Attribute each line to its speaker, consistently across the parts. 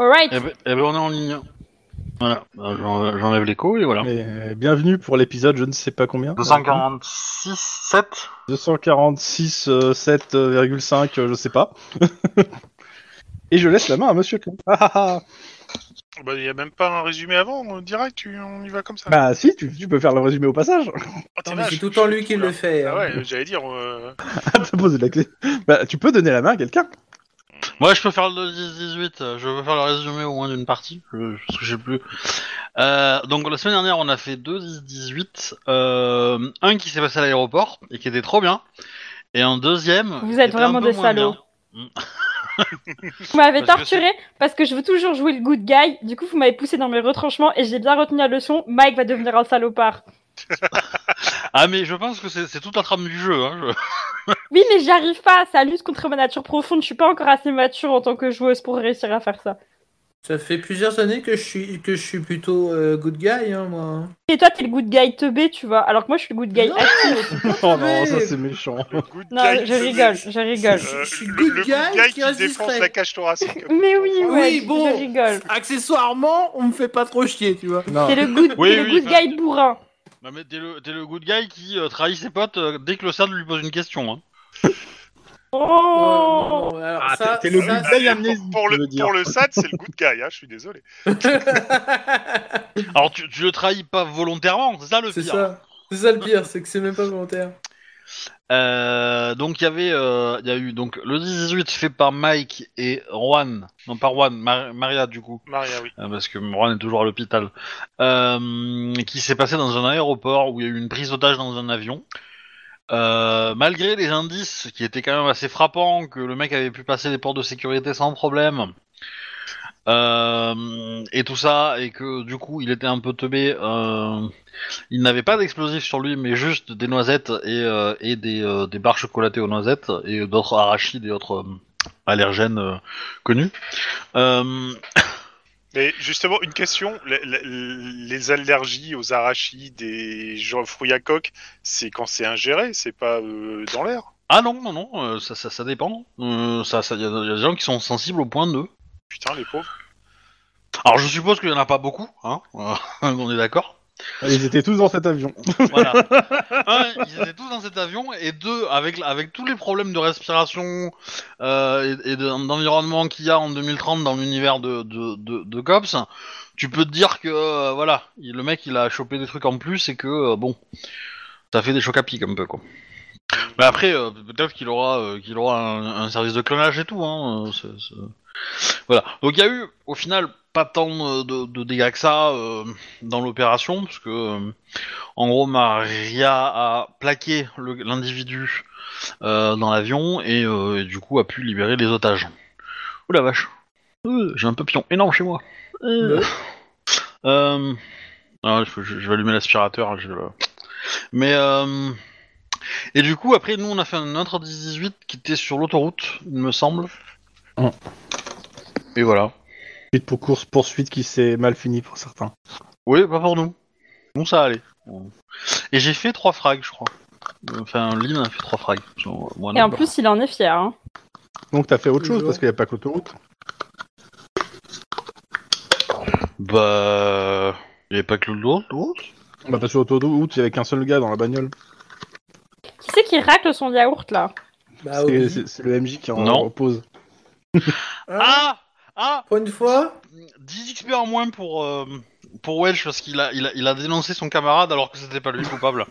Speaker 1: Alright.
Speaker 2: Eh ben, eh ben, on est en ligne. Voilà, Ben, j'en- j'enlève l'écho et voilà.
Speaker 3: Mais, euh, bienvenue pour l'épisode je ne sais pas combien.
Speaker 2: 246, 7
Speaker 3: 246, euh, 7,5, euh, je sais pas. Et je laisse la main à Monsieur Klein. Ah, ah, ah.
Speaker 4: Bah, il y a même pas un résumé avant, on direct, tu- on y va comme ça.
Speaker 3: Bah si, tu, tu peux faire le résumé au passage.
Speaker 4: Oh, t'es
Speaker 5: Non, mais
Speaker 4: vache,
Speaker 5: c'est tout le
Speaker 4: je
Speaker 5: temps
Speaker 4: suis
Speaker 5: lui qui
Speaker 4: fou, là.
Speaker 5: le fait.
Speaker 4: Ah
Speaker 5: hein.
Speaker 4: ouais, j'allais dire. euh,
Speaker 3: Ah, T'as posé la clé. Bah, tu peux donner la main à quelqu'un.
Speaker 2: Moi, je peux faire le 18 euh, je peux faire le résumé au moins d'une partie, je, parce que je sais plus. Euh, donc, la semaine dernière, on a fait deux 18 euh, un qui s'est passé à l'aéroport et qui était trop bien, et un deuxième.
Speaker 1: Vous
Speaker 2: qui
Speaker 1: êtes
Speaker 2: était un
Speaker 1: vraiment
Speaker 2: peu
Speaker 1: des
Speaker 2: moins bien.
Speaker 1: salauds. Vous m'avez
Speaker 2: Parce que
Speaker 1: torturé parce que je veux toujours jouer le good guy. Du coup, vous m'avez poussé dans mes retranchements et j'ai bien retenu la leçon. Mike va devenir un salopard.
Speaker 2: Ah, mais je pense que c'est c'est toute la trame du jeu. Hein, je-
Speaker 1: Oui, mais j'y arrive pas. Ça lutte contre ma nature profonde. Je suis pas encore assez mature en tant que joueuse pour réussir à faire ça.
Speaker 5: Ça fait plusieurs années que je suis, que je suis plutôt euh, good guy, hein, moi.
Speaker 1: Et toi, t'es le good guy teubé, tu vois. Alors que moi, je suis le good guy.
Speaker 5: Non, Ah,
Speaker 3: Oh non, ça c'est méchant.
Speaker 4: le good
Speaker 1: Non,
Speaker 4: guy
Speaker 1: je
Speaker 4: qui-
Speaker 1: rigole, je rigole.
Speaker 4: Euh,
Speaker 5: Je suis
Speaker 4: le,
Speaker 5: good
Speaker 4: le
Speaker 5: guy
Speaker 4: guy
Speaker 5: qui
Speaker 4: qui,
Speaker 5: résiste
Speaker 4: défonce
Speaker 5: très-
Speaker 4: la cage thoracique.
Speaker 1: Mais oui,
Speaker 5: Oui,
Speaker 1: ouais,
Speaker 5: bon.
Speaker 1: je rigole.
Speaker 5: Accessoirement, on me fait pas trop chier, tu vois.
Speaker 3: Non.
Speaker 1: T'es le good,
Speaker 2: Oui,
Speaker 1: t'es le
Speaker 2: oui,
Speaker 1: good
Speaker 2: bah-
Speaker 1: guy bourrin.
Speaker 2: Non, mais t'es le, t'es le good guy qui euh, trahit ses potes euh, dès que le cerf lui pose une question. Hein.
Speaker 1: Oh.
Speaker 5: Ouais, non, alors
Speaker 3: Ah,
Speaker 5: ça-
Speaker 3: t'es- t'es le
Speaker 5: ça,
Speaker 3: good guy
Speaker 5: c'est-
Speaker 3: amnésique,
Speaker 4: Pour
Speaker 3: tu veux
Speaker 4: le,
Speaker 3: dire.
Speaker 4: pour le SAD, c'est le good guy, hein, je suis désolé.
Speaker 2: Alors, tu, tu le trahis pas volontairement, c'est ça le
Speaker 5: C'est
Speaker 2: pire.
Speaker 5: ça. C'est ça le pire, c'est que c'est même pas volontaire.
Speaker 2: Euh, donc il y avait, euh, il y a eu donc le 18 fait par Mike et Juan, non pas Juan, Mar- Maria du coup,
Speaker 4: Maria, oui.
Speaker 2: euh, parce que Juan est toujours à l'hôpital, euh, qui s'est passé dans un aéroport où il y a eu une prise d'otage dans un avion. Euh, malgré les indices qui étaient quand même assez frappants, que le mec avait pu passer les portes de sécurité sans problème, euh, et tout ça, et que du coup il était un peu teubé, euh, il n'avait pas d'explosifs sur lui, mais juste des noisettes et, euh, et des, euh, des barres chocolatées aux noisettes, et d'autres arachides et autres euh, allergènes euh, connus. Euh,
Speaker 4: Mais justement, une question la- la- les allergies aux arachides et genre fruits à coque, c'est quand c'est ingéré, c'est pas euh, dans l'air.
Speaker 2: Ah non, non, non, euh, ça, ça, ça dépend. Euh, ça, ça, y, a y a des gens qui sont sensibles au point 2.
Speaker 4: Putain, les pauvres.
Speaker 2: Alors je suppose qu'il y en a pas beaucoup, hein, euh, on est d'accord.
Speaker 3: Ils étaient tous dans cet avion.
Speaker 2: Voilà. Un, ils étaient tous dans cet avion, et deux, avec, avec tous les problèmes de respiration euh, et, et de- d'environnement qu'il y a en 2030 dans l'univers de, de, de, de Cops, tu peux te dire que, euh, voilà, il- le mec il a chopé des trucs en plus et que, euh, bon, ça fait des chocs à pic un peu, quoi. Mais après, euh, peut-être qu'il aura, euh, qu'il aura un, un service de clonage et tout, hein. euh, c'est- c'est- Voilà. Donc il y a eu, au final, pas tant euh, de, de dégâts que ça euh, dans l'opération, parce que. euh, en gros, Maria a plaqué le- l'individu euh, dans l'avion et, euh, et du coup a pu libérer les otages. Ouh la vache. Euh, J'ai un papillon énorme chez moi. Euh. Euh, ah, je, je- je vais allumer l'aspirateur. je vais le- Mais... euh, Et du coup, après, nous, on a fait un autre 18 qui était sur l'autoroute, il me semble.
Speaker 3: Mm.
Speaker 2: Et voilà.
Speaker 3: Suite pour course poursuite qui s'est mal finie pour certains.
Speaker 2: Oui, pas pour nous. Bon, ça allait. Et j'ai fait trois frags, je crois. Enfin, Lynn a fait trois frags. Genre, moi,
Speaker 1: Et
Speaker 2: non.
Speaker 1: en plus, il en est fier. Hein.
Speaker 3: Donc t'as fait autre chose
Speaker 5: Toujours.
Speaker 3: parce qu'il n'y a pas que l'autoroute.
Speaker 2: Bah. Il n'y avait pas que le l'autre. l'autre
Speaker 3: Bah parce que l'autoroute, il y avait qu'un seul gars dans la bagnole.
Speaker 1: Qui c'est qui racle son yaourt là
Speaker 5: Bah,
Speaker 3: C'est
Speaker 5: oui.
Speaker 3: c'est- c'est le MJ qui en
Speaker 2: Non.
Speaker 3: repose.
Speaker 5: Hein
Speaker 2: Ah Ah
Speaker 5: Pour une fois,
Speaker 2: 10 XP en moins pour. euh, Pour Welsh, parce qu'il a, il a, il a dénoncé son camarade alors que c'était pas lui le coupable.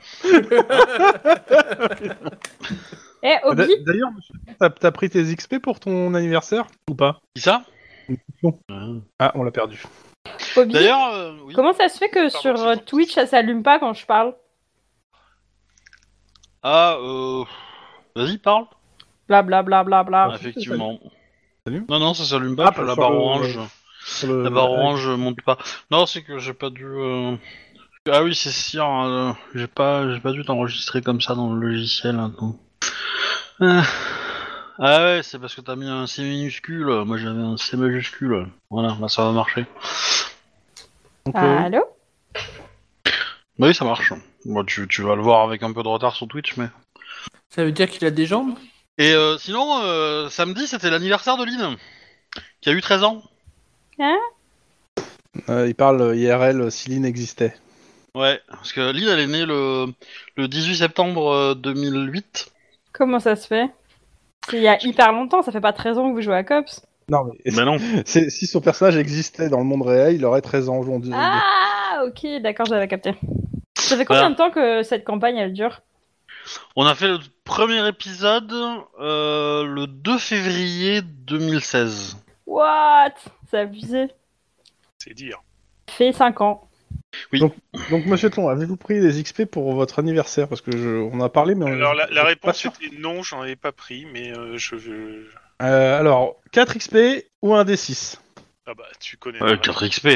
Speaker 1: Eh, Obi,
Speaker 3: Ah, D'a- D'ailleurs, monsieur, t'as t'as pris tes XP pour ton anniversaire ou pas
Speaker 2: Qui ça
Speaker 3: Ah, on l'a perdu.
Speaker 1: Obi,
Speaker 2: D'ailleurs, euh, oui.
Speaker 1: comment ça se fait que
Speaker 4: Pardon,
Speaker 1: sur
Speaker 4: c'est
Speaker 1: euh,
Speaker 4: bon.
Speaker 1: Twitch ça s'allume pas quand je parle
Speaker 2: Ah, euh. Vas-y, parle.
Speaker 1: Bla bla bla bla bla.
Speaker 2: Ah, Effectivement.
Speaker 3: Salut.
Speaker 2: Non, non, ça s'allume pas.
Speaker 3: Ah,
Speaker 2: la
Speaker 3: sur
Speaker 2: barre
Speaker 3: le-
Speaker 2: orange.
Speaker 3: Sur le-
Speaker 4: Ah,
Speaker 3: euh,
Speaker 2: La
Speaker 4: bah,
Speaker 2: barre orange euh, monte pas. Non, c'est que j'ai pas dû. euh, Ah oui, c'est sûr. euh, J'ai pas, j'ai pas dû t'enregistrer comme ça dans le logiciel. Attends. Ah, Ah ouais, c'est parce que t'as mis un C minuscule. Moi, j'avais un C majuscule. Voilà, là, ça va marcher.
Speaker 3: Donc, euh,
Speaker 1: Allô
Speaker 2: Bah oui, ça marche. Bon, tu, tu vas le voir avec un peu de retard sur Twitch, mais.
Speaker 5: ça veut dire qu'il a des jambes
Speaker 2: Et euh, sinon, euh, samedi, c'était l'anniversaire de Lynn, qui a eu 13 ans.
Speaker 3: Euh, il parle euh, IRL euh, si Lynn existait.
Speaker 2: Ouais, parce que Lynn, elle est née le, le 18 septembre euh, 2008.
Speaker 1: Comment ça se fait C'est il y a hyper longtemps, ça fait pas 13 ans que vous jouez à Cops.
Speaker 3: Non, mais
Speaker 2: Mais non.
Speaker 3: c'est- si son personnage existait dans le monde réel, il aurait 13 ans aujourd'hui.
Speaker 1: Ah, ok, d'accord, j'avais capté. Ça fait combien
Speaker 2: Voilà.
Speaker 1: de temps que cette campagne elle dure
Speaker 2: On a fait le premier épisode euh, le 2 février 2016.
Speaker 1: What C'est abusé.
Speaker 4: C'est dire.
Speaker 1: Fait 5 ans.
Speaker 3: Donc, monsieur Tlon, avez-vous pris des XP pour votre anniversaire Parce que je... on a parlé, mais on...
Speaker 4: Alors la, la
Speaker 3: Euh, pas
Speaker 4: réponse
Speaker 3: sûr.
Speaker 4: était non, j'en ai pas pris, mais euh, je veux.
Speaker 3: Euh, alors, 4 XP ou un D6
Speaker 4: Ah bah tu connais.
Speaker 2: Euh,
Speaker 4: la-
Speaker 2: 4 XP.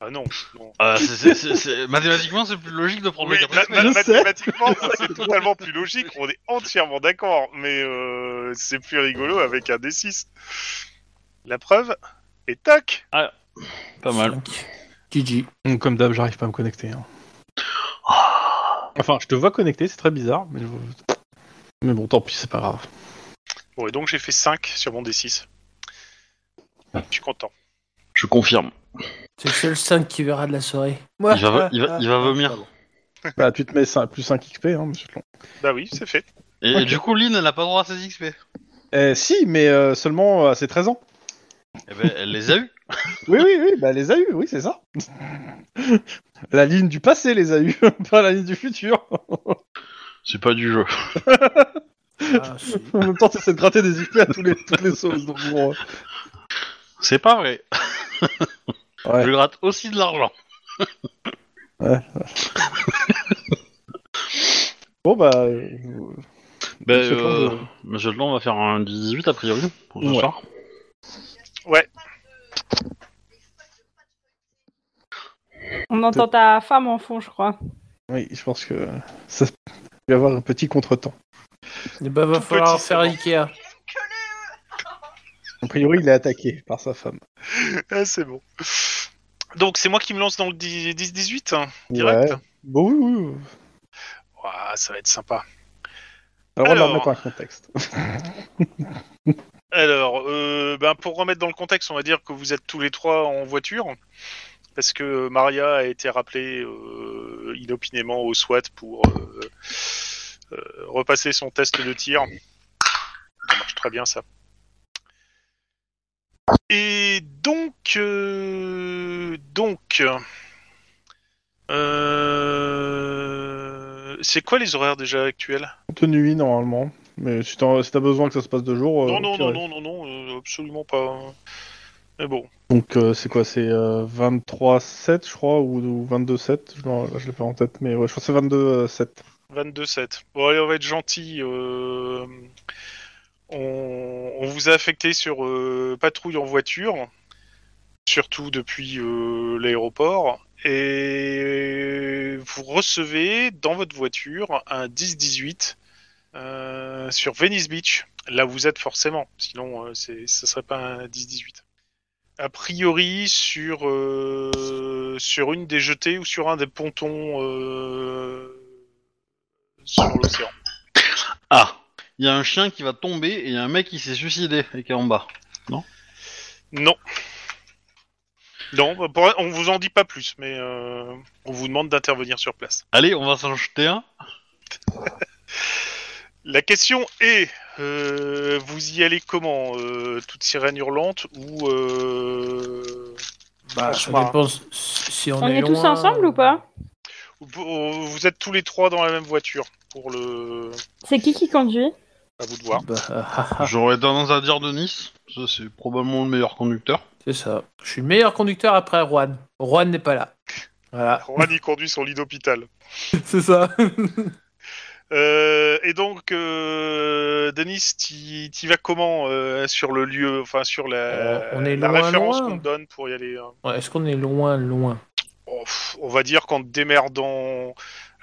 Speaker 4: Ah non. non.
Speaker 2: Euh, c'est- c'est- c'est- c'est- Mathématiquement, c'est plus logique de
Speaker 3: Oh,
Speaker 2: prendre
Speaker 4: Oui,
Speaker 2: le 4 XP.
Speaker 4: ma- ma-
Speaker 3: je sais.
Speaker 4: mathématiquement, ça, c'est totalement plus logique. On est entièrement d'accord, mais euh, c'est plus rigolo avec un D6. La preuve Et tac
Speaker 2: Pas mal.
Speaker 5: GG.
Speaker 3: Donc, Comme d'hab, j'arrive pas à me connecter. hein.
Speaker 4: Ah.
Speaker 3: Enfin, je te vois connecté, c'est très bizarre. Mais, je- mais bon, tant pis, c'est pas grave.
Speaker 4: Bon, et donc j'ai fait 5 sur mon D6. Je suis content.
Speaker 2: Je confirme.
Speaker 5: C'est le seul 5 qui verra de la soirée.
Speaker 2: Il va, il va, il va vomir.
Speaker 3: Bah, tu te mets cin- plus 5 XP, hein, monsieur Tlon.
Speaker 4: Bah oui, c'est fait.
Speaker 2: Et, et
Speaker 3: Ok.
Speaker 2: du coup, Lynn, elle n'a pas droit à ses XP.
Speaker 3: Eh, si, mais euh, seulement à ses 13 ans.
Speaker 2: Eh ben, elle les a eu.
Speaker 3: Oui, oui, oui, bah, elle les a eus, oui, c'est ça. la ligne du passé les a eus, pas la ligne du futur.
Speaker 2: C'est pas du jeu.
Speaker 5: Ah, si.
Speaker 3: En même temps, t'essaies de gratter des XP à tous les, toutes les sauces. donc bon, euh.
Speaker 2: C'est pas vrai.
Speaker 3: Ouais.
Speaker 2: Je gratte aussi de l'argent.
Speaker 3: Bon, bah. euh,
Speaker 2: Ben,
Speaker 3: Monsieur Tlon,
Speaker 2: euh,
Speaker 3: je-
Speaker 2: Monsieur Tlon va faire un 18 a priori pour ce
Speaker 3: Ouais.
Speaker 2: soir.
Speaker 4: Ouais.
Speaker 1: On entend ta femme en fond, je crois.
Speaker 3: Oui, je pense que ça il va y avoir un petit contretemps.
Speaker 5: Eh ben, va
Speaker 4: Tout
Speaker 5: falloir
Speaker 4: petit,
Speaker 5: faire
Speaker 4: c'est
Speaker 5: Ikea.
Speaker 3: A priori, il est attaqué par sa femme.
Speaker 4: Ah, c'est bon. Donc c'est moi qui me lance dans le 10-18, hein, direct.
Speaker 3: Ouais. Bon, oui, oui. oui.
Speaker 4: Ouah, ça va être sympa.
Speaker 3: Alors, on va
Speaker 4: Alors.
Speaker 3: remettre un contexte.
Speaker 4: Alors, euh, ben, pour remettre dans le contexte, on va dire que vous êtes tous les trois en voiture, parce que Maria a été rappelée euh, inopinément au SWAT pour euh, euh, repasser son test de tir. Ça marche très bien ça. Et donc, euh, donc, euh, c'est quoi les horaires déjà actuels
Speaker 3: Compte nuit, normalement. Mais si t'en- si t'as besoin que ça se passe deux jours. euh,
Speaker 4: Non, non,
Speaker 3: purée.
Speaker 4: non, non, non, non, euh, absolument pas. Mais bon.
Speaker 3: Donc, euh, c'est quoi C'est euh, 23-7, je crois, ou, ou 22-7. Je, m'en- je l'ai pas en tête, mais ouais, je crois que c'est 22-7.
Speaker 4: 22-7. Bon, allez, on va être gentil. euh, On... on vous a affecté sur euh, patrouille en voiture, surtout depuis euh, l'aéroport. Et vous recevez dans votre voiture un 10-18 euh, sur Venice Beach, là où vous êtes forcément, sinon euh, c'est- ça serait pas un 10-18. A priori, sur, euh, sur une des jetées ou sur un des pontons euh, sur l'océan.
Speaker 2: Ah, il y a un chien qui va tomber et il y a un mec qui s'est suicidé et qui est en bas.
Speaker 4: Non. Non, bah, pour- on vous en dit pas plus, mais euh, on vous demande d'intervenir sur place.
Speaker 2: Allez, on va s'en jeter un.
Speaker 4: La question est, euh, vous y allez comment euh, Toute sirène hurlante ou... euh,
Speaker 5: Bah,
Speaker 4: on se
Speaker 5: ça
Speaker 4: marre.
Speaker 5: dépend si- si on,
Speaker 1: On est tous
Speaker 5: loin.
Speaker 1: ensemble ou pas
Speaker 4: vous, euh, vous êtes tous les trois dans la même voiture pour le...
Speaker 1: C'est qui qui conduit
Speaker 4: À vous de voir.
Speaker 5: Bah, ah, ah, ah,
Speaker 2: J'aurais tendance à dire Denis. Ça, c'est probablement le meilleur conducteur.
Speaker 5: c'est ça. Je suis le meilleur conducteur après Juan. Juan n'est pas là. Voilà,
Speaker 4: Juan y conduit son lit d'hôpital.
Speaker 5: c'est ça.
Speaker 4: Euh, et donc, euh, Denis, t'y t'y vas comment euh, sur le lieu, enfin sur la,
Speaker 5: Euh, on est
Speaker 4: la
Speaker 5: loin,
Speaker 4: référence
Speaker 5: loin.
Speaker 4: qu'on te donne pour y aller hein
Speaker 5: Ouais, Est-ce qu'on est loin, loin
Speaker 4: Oh, pff, on va dire qu'en te démerdant.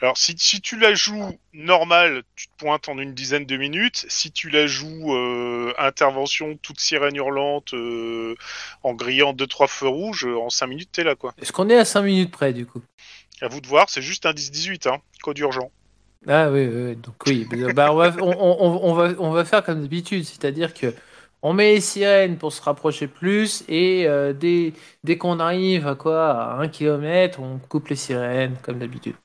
Speaker 4: Alors, si, si tu la joues normale, tu te pointes en une dizaine de minutes. Si tu la joues euh, intervention toute sirène hurlante, euh, en grillant deux trois feux rouges, euh, en cinq minutes, t'es là, quoi.
Speaker 5: Est-ce qu'on est à 5 minutes près du coup
Speaker 4: À vous de voir, c'est juste un 10-18, hein, code urgent.
Speaker 5: Ah oui, oui, oui, donc oui. bah, bah, on, va, on, on- on va, on va faire comme d'habitude, c'est-à-dire que On met les sirènes pour se rapprocher plus et euh, dès, dès qu'on arrive à quoi à un kilomètre, on coupe les sirènes comme d'habitude.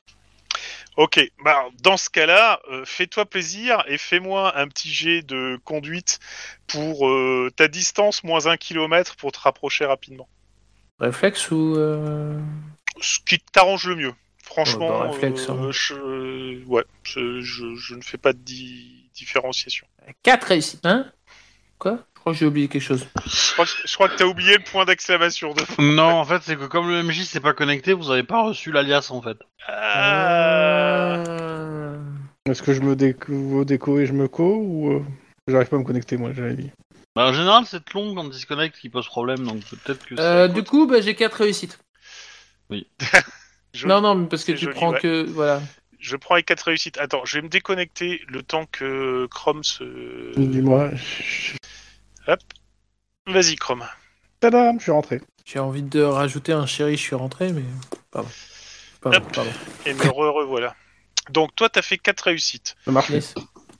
Speaker 4: Ok, bah, dans ce cas-là, euh, fais-toi plaisir et fais-moi un petit jet de conduite pour euh, ta distance moins un kilomètre pour te rapprocher rapidement.
Speaker 5: Réflexe ou euh,
Speaker 4: Ce qui t'arrange le mieux. Franchement,
Speaker 5: Ouais, bah, réflexe,
Speaker 4: euh,
Speaker 5: hein.
Speaker 4: je, ouais, je, je- je ne fais pas de di- différenciation.
Speaker 5: quatre réussites Hein Quoi Je crois que j'ai oublié quelque chose.
Speaker 4: Je crois que, je crois que t'as oublié le point d'exclamation de.
Speaker 2: Non, en fait, c'est que comme le MJ s'est pas connecté, vous avez pas reçu l'alias en fait.
Speaker 4: Ah.
Speaker 5: Euh,
Speaker 3: Est-ce que je me déco, déco et je me co ou euh, j'arrive pas à me connecter moi, j'avais dit.
Speaker 2: Bah, en général, c'est Tlong quand il se connecte qui pose problème, donc peut-être que. c'est-
Speaker 5: euh, du coup, bah, j'ai quatre réussites.
Speaker 4: Je-
Speaker 5: Non, non, mais parce que
Speaker 4: C'est
Speaker 5: tu
Speaker 4: joli,
Speaker 5: prends
Speaker 4: ouais.
Speaker 5: que. Voilà.
Speaker 4: Je prends les quatre réussites. Attends, je vais me déconnecter le temps que Chrome se.
Speaker 3: Dis-moi. je-
Speaker 4: Vas-y, Chrome.
Speaker 3: Tadam, je suis rentré.
Speaker 5: J'ai envie de rajouter un chéri, je suis rentré, mais. Pardon. Pardon, pardon.
Speaker 4: Et me re revoilà. Donc, toi, t'as fait quatre réussites.
Speaker 3: Ça marche.
Speaker 5: Yes.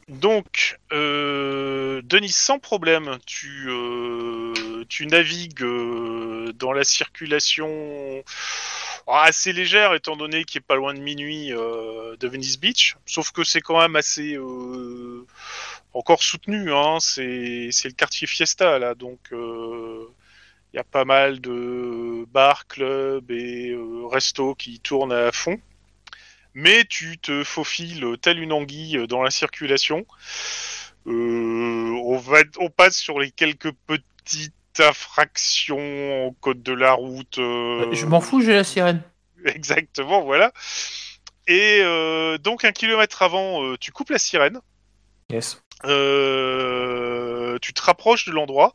Speaker 4: Donc, euh, Denis, sans problème, tu, euh, tu navigues euh, dans la circulation assez légère, étant donné qu'il est pas loin de minuit euh, de Venice Beach. Sauf que c'est quand même assez euh, encore soutenu. Hein. C'est c'est le quartier Fiesta, là. Donc, euh, il y a pas mal de bars, clubs et euh, restos qui tournent à fond mais tu te faufiles euh, telle une anguille euh, dans la circulation. Euh, on, va, on passe sur les quelques petites infractions au code de la route. euh,
Speaker 5: Bah, Je m'en fous, j'ai la sirène.
Speaker 4: Exactement, voilà. Et euh, donc un kilomètre avant, euh, tu coupes la sirène.
Speaker 5: Yes.
Speaker 4: Euh, tu te rapproches de l'endroit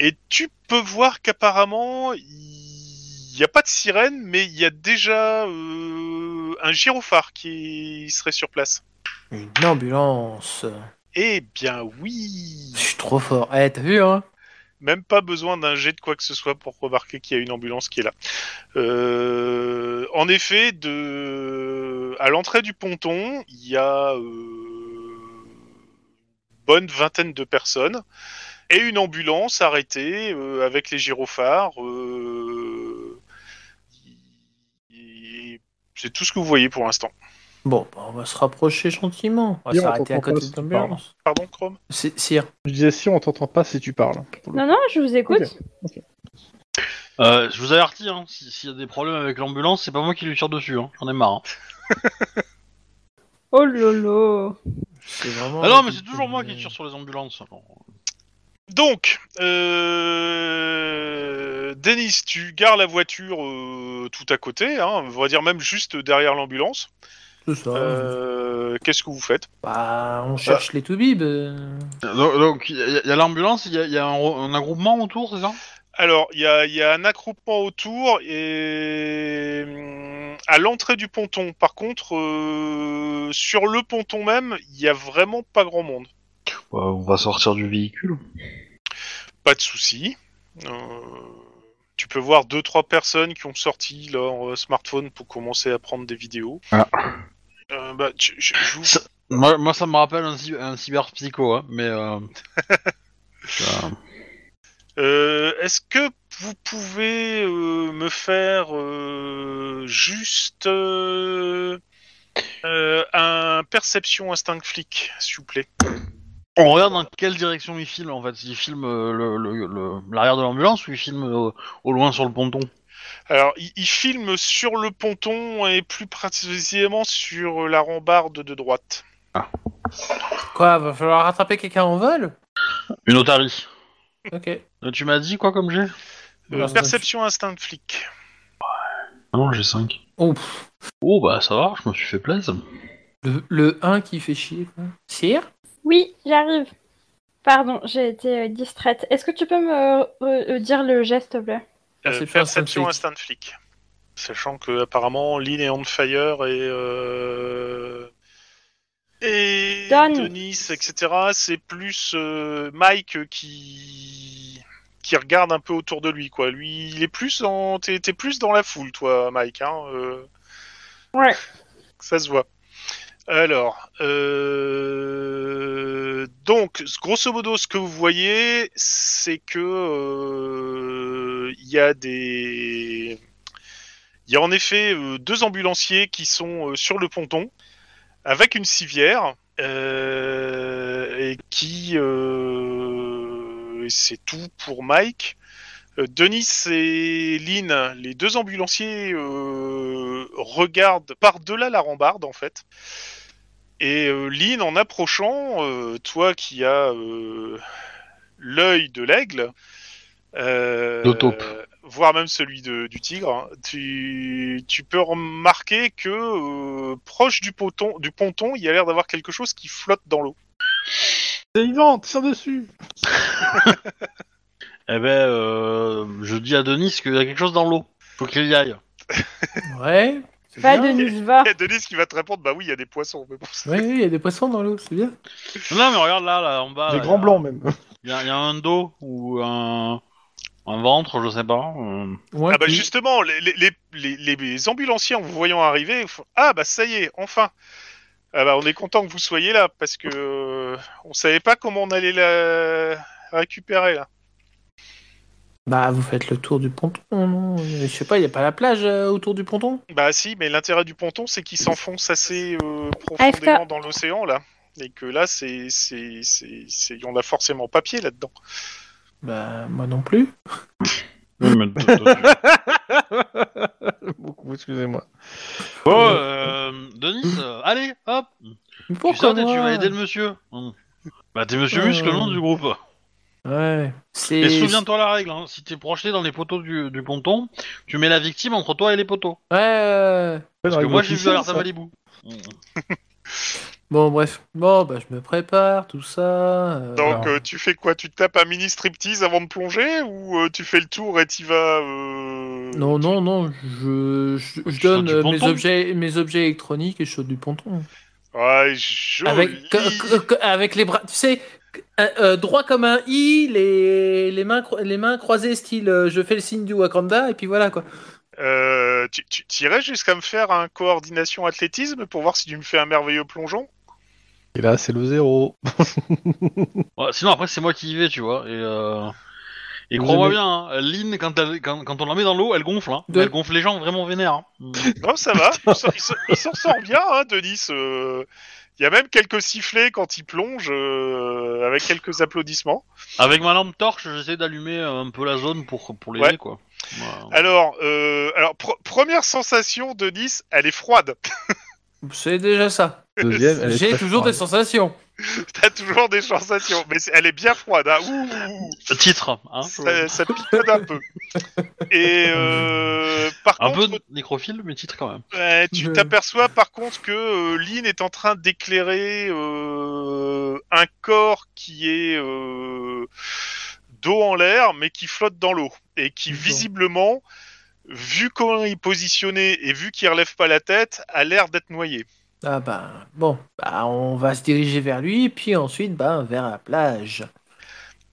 Speaker 4: et tu peux voir qu'apparemment il n'y a pas de sirène, mais il y a déjà euh, un gyrophare qui serait sur place.
Speaker 5: Une ambulance.
Speaker 4: Eh bien oui
Speaker 5: Je suis trop fort. Eh, t'as vu, hein
Speaker 4: Même pas besoin d'un jet de quoi que ce soit pour remarquer qu'il y a une ambulance qui est là. Euh, en effet, de... à l'entrée du ponton, il y a euh, une bonne vingtaine de personnes et une ambulance arrêtée euh, avec les gyrophares. euh, et- C'est tout ce que vous voyez pour l'instant.
Speaker 5: Bon, bah, on va se rapprocher gentiment. On va
Speaker 3: Bien, on
Speaker 5: s'arrêter à
Speaker 3: comprend
Speaker 5: côté
Speaker 3: pas,
Speaker 5: de l'ambulance.
Speaker 4: Pardon, Chrome
Speaker 5: C'est-
Speaker 2: Ah
Speaker 5: Sire.
Speaker 3: Je disais si on t'entend pas si tu parles.
Speaker 1: Non, non, je vous écoute.
Speaker 2: Euh, je vous avertis, hein, si- s'il y a des problèmes avec l'ambulance, c'est pas moi qui lui tire dessus, hein. j'en ai marre. hein.
Speaker 1: Oh lolo.
Speaker 5: C'est vraiment.
Speaker 2: Ah non, mais c'est toujours moi qui tire sur les ambulances. alors.
Speaker 4: Donc, euh, Denis, tu gares la voiture euh, tout à côté, hein, on va dire même juste derrière l'ambulance.
Speaker 5: Tout ça.
Speaker 4: Euh, Qu'est-ce que vous faites
Speaker 5: Bah, on cherche les toubibs. euh.
Speaker 2: Donc, donc, il y a- il y a l'ambulance, il y a, il y a un, re- un agroupement autour, c'est ça
Speaker 4: Alors, il y a, il y a un accroupement autour et hum, à l'entrée du ponton. Par contre, euh, sur le ponton même, il y a vraiment pas grand monde.
Speaker 2: On va sortir du véhicule.
Speaker 4: Pas de souci. Euh, tu peux voir deux trois personnes qui ont sorti leur euh, smartphone pour commencer à prendre des vidéos.
Speaker 2: Ah.
Speaker 4: Euh, bah, je- je- je vous-
Speaker 2: Moi, moi, ça me rappelle un, cy- un cyberpsycho, hein, mais. euh, euh,
Speaker 4: Euh, Est-ce que vous pouvez euh, me faire euh, juste euh, euh, un perception instinct flic, s'il vous plaît
Speaker 2: On regarde dans quelle direction il filme en fait. Il filme euh, le- le- le- l'arrière de l'ambulance ou il filme euh, au loin sur le ponton
Speaker 4: Alors, il, il filme sur le ponton et plus précisément sur la rambarde de droite.
Speaker 5: Quoi, va falloir rattraper quelqu'un en vol
Speaker 2: Une otarie.
Speaker 5: Ok.
Speaker 2: Euh, Tu m'as dit quoi comme j'ai
Speaker 4: Euh,
Speaker 5: Alors,
Speaker 4: perception instinct flic.
Speaker 2: Non, j'ai 5.
Speaker 5: Oh, pff,
Speaker 2: Oh bah ça va, je me suis fait plaisir.
Speaker 5: le, le 1 qui fait chier. quoi. Sire
Speaker 1: Oui, j'arrive. Pardon, j'ai été euh, distraite. Est-ce que tu peux me euh, euh, dire le geste, s'il te plaît
Speaker 4: Euh,
Speaker 5: Perception
Speaker 4: perception
Speaker 5: instinct
Speaker 4: instinct flic. Sachant que apparemment Lynn est on fire et euh, et
Speaker 1: Donne.
Speaker 4: Denis, etc. C'est plus euh, Mike qui qui regarde un peu autour de lui quoi. Lui, il est plus en t'es t'es plus dans la foule toi, Mike. Hein, euh,
Speaker 1: Ouais.
Speaker 4: Ça se voit. Alors, euh, Euh, donc, ce- grosso modo, ce que vous voyez, c'est que euh, il y a des, il y a en effet euh, deux ambulanciers qui sont euh, sur le ponton avec une civière euh, et qui, euh, et c'est tout pour Mike. Euh, Denis et Lynn, les deux ambulanciers euh, regardent par-delà la rambarde en fait. Et euh, Lynn, en approchant, euh, toi qui as euh, l'œil de l'aigle, euh,
Speaker 2: De taupe.
Speaker 4: voire même celui de- du tigre, hein, tu, tu peux remarquer que euh, proche du, poton, du ponton, il y a l'air d'avoir quelque chose qui flotte dans l'eau.
Speaker 3: C'est vivant, tire dessus
Speaker 2: Eh ben, euh, je dis à Denis qu'il y a quelque chose dans l'eau. Faut qu'il y aille.
Speaker 5: Ouais. c'est
Speaker 1: Va,
Speaker 5: bien.
Speaker 1: Denise, va.
Speaker 4: Il y a Denis qui va te répondre, bah oui, il y a des poissons. Mais bon, c'est-
Speaker 5: Ouais, ouais, il y a des poissons dans l'eau, c'est bien.
Speaker 2: Non, mais regarde là, là en bas.
Speaker 3: Des
Speaker 2: Ah, là,
Speaker 3: grands
Speaker 2: y a-
Speaker 3: blancs, même.
Speaker 2: Il y, a- il y a un dos ou un, un ventre, je sais pas. euh.
Speaker 5: Ouais,
Speaker 4: Ah bah
Speaker 5: puis-
Speaker 4: justement, les, les, les, les- les ambulanciers en vous voyant arriver, font, ah bah ça y est, enfin. Ah bah on est content que vous soyez là parce que euh, on savait pas comment on allait la récupérer là.
Speaker 5: Bah, vous faites le tour du ponton, non Je sais pas, il y a pas la plage euh, autour du ponton
Speaker 4: Bah si, mais l'intérêt du ponton c'est qu'il s'enfonce assez euh,
Speaker 5: Ah,
Speaker 4: profondément dans l'océan là. Et que là, c'est, c'est, c'est, c'est, on a forcément pas pied là-dedans.
Speaker 5: Bah, moi non plus.
Speaker 2: Oui, mais t- t-
Speaker 3: Beaucoup, excusez-moi.
Speaker 2: Bon, Oh, euh, Denis, euh, allez, hop.
Speaker 5: Mais
Speaker 2: Tu
Speaker 5: Pourquoi
Speaker 2: sautes et tu
Speaker 5: moi
Speaker 2: vas aider le monsieur. Hum. Bah, t'es monsieur
Speaker 5: Euh.
Speaker 2: Muscle, non, du groupe.
Speaker 5: Ouais.
Speaker 2: Et,
Speaker 5: C'est.
Speaker 2: souviens-toi la règle, hein, si t'es projeté dans les poteaux du, du ponton, tu mets la victime entre toi et les poteaux.
Speaker 5: Ouais, ouais, ouais.
Speaker 2: Parce que moi, j'ai vu alerte à Malibu. Hum.
Speaker 5: Bon, bref. Bon, bah, je me prépare, tout ça. euh,
Speaker 4: Donc
Speaker 5: alors,
Speaker 4: euh, tu fais quoi Tu tapes un mini striptease avant de plonger ou euh, tu fais le tour et t'y vas euh,
Speaker 5: Non, non, non, je, je,
Speaker 2: Tu
Speaker 5: je
Speaker 2: sautes
Speaker 5: donne
Speaker 2: du
Speaker 5: euh, mes
Speaker 2: ponton
Speaker 5: objets, mes objets électroniques et je saute du ponton.
Speaker 4: Ouais, Ah, joli.
Speaker 5: Avec, que- que- que- avec les bras, tu sais, que- euh, euh, droit comme un i, les, les, mains, cro- les mains croisées, style euh, je fais le signe du Wakanda, et puis voilà quoi.
Speaker 4: Euh, tu, tu tu irais jusqu'à me faire un coordination athlétisme pour voir si tu me fais un merveilleux plongeon
Speaker 3: Et là, c'est le zéro.
Speaker 2: Ouais, sinon, après, c'est moi qui y vais, tu vois. Et, euh, et
Speaker 3: Vous
Speaker 2: crois-moi
Speaker 3: aimez-
Speaker 2: bien, hein, Lynn, quand, elle- quand, quand on la met dans l'eau, elle gonfle. Hein,
Speaker 5: De-
Speaker 2: Elle gonfle les gens vraiment vénères. hein. Hum.
Speaker 4: Non, ça va, il s'en- il s'en- il s'en sort bien, hein, Denis. euh, Il y a même quelques sifflets quand il plonge, euh, avec quelques applaudissements.
Speaker 2: Avec ma lampe torche, j'essaie d'allumer euh, un peu la zone pour, pour l'aider,
Speaker 4: Ouais.
Speaker 2: quoi. Ouais.
Speaker 4: Alors, euh, alors pr- première sensation, Denis, elle est froide.
Speaker 5: C'est déjà ça.
Speaker 3: Deuxième, elle est
Speaker 5: J'ai
Speaker 3: très
Speaker 5: toujours des
Speaker 3: froide.
Speaker 5: sensations.
Speaker 4: T'as toujours des sensations, mais c'est- elle est bien froide. Hein. Ouh, ouh, ouh,
Speaker 5: Euh,
Speaker 2: Titre, hein.
Speaker 4: ça, ça picote un peu. Et euh, par
Speaker 2: Un
Speaker 4: contre,
Speaker 2: peu nécrophile, mais titre quand même.
Speaker 4: Ouais, tu
Speaker 5: Je-
Speaker 4: t'aperçois par contre que euh, Lynn est en train d'éclairer euh, un corps qui est euh, dos en l'air mais qui flotte dans l'eau et qui
Speaker 5: D'accord.
Speaker 4: visiblement, vu comment il est positionné et vu qu'il relève pas la tête, a l'air d'être noyé.
Speaker 5: Ah bah, bon, bah, on va se diriger vers lui, puis ensuite bah, vers la plage.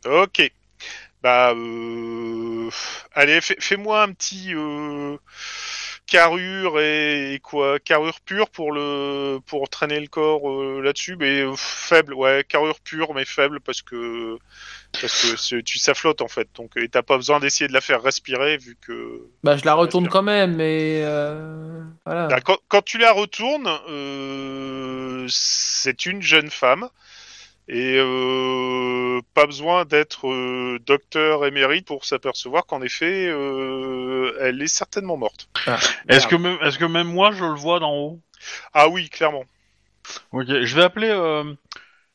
Speaker 4: Ok. Bah, euh... allez, fais- fais-moi un petit euh, carrure et, et quoi, carrure pure pour le pour traîner le corps euh, là-dessus, mais euh, faible, ouais, carrure pure mais faible parce que parce que c'est- tu ça flotte en fait, donc et t'as pas besoin d'essayer de la faire respirer vu que
Speaker 5: Bah, je la retourne
Speaker 4: sûr.
Speaker 5: quand même, mais euh, voilà.
Speaker 4: Bah, quand, quand tu la retournes, euh, c'est une jeune femme. Et euh, pas besoin d'être euh, docteur émérite pour s'apercevoir qu'en effet, euh, elle est certainement morte.
Speaker 2: Est-ce que, même- est-ce que même moi, je le vois d'en haut
Speaker 4: Ah oui, clairement.
Speaker 2: Ok, je vais appeler. Il euh,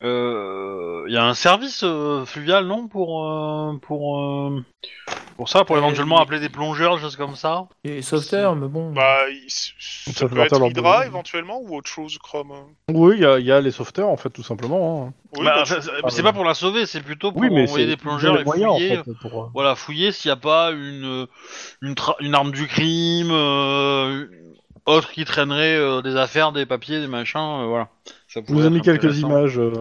Speaker 2: euh, y a un service euh, fluvial, non Pour. euh, pour. euh, pour ça, pour
Speaker 5: Euh,
Speaker 2: éventuellement
Speaker 5: oui.
Speaker 2: appeler des plongeurs, des choses comme ça.
Speaker 5: Et sauveteur, mais bon.
Speaker 4: Bah, il- ça,
Speaker 3: Ça fait
Speaker 4: peut
Speaker 3: partir
Speaker 4: être
Speaker 3: leur
Speaker 4: Hydra
Speaker 3: boulot.
Speaker 4: éventuellement ou autre chose, Chrome.
Speaker 3: Oui, il y, a- il y a les sauveteurs, en fait, tout simplement. hein.
Speaker 4: Oui,
Speaker 2: Bah,
Speaker 4: bah,
Speaker 2: enfin, c'est
Speaker 3: Ah,
Speaker 2: c'est
Speaker 3: ouais.
Speaker 2: pas pour la sauver, c'est plutôt pour
Speaker 3: Oui, mais
Speaker 2: envoyer
Speaker 3: c'est
Speaker 2: des plongeurs
Speaker 3: les
Speaker 2: et
Speaker 3: moyens, en
Speaker 2: fouiller.
Speaker 3: fait, pour... euh,
Speaker 2: Voilà, fouiller s'il n'y a pas une, une, tra- une arme du crime, euh, autre qui traînerait euh, des affaires, des papiers, des machins, euh, voilà. Ça
Speaker 3: Je vous
Speaker 2: pourrait
Speaker 3: ai mis
Speaker 2: être
Speaker 3: quelques
Speaker 2: intéressant.
Speaker 3: images. euh,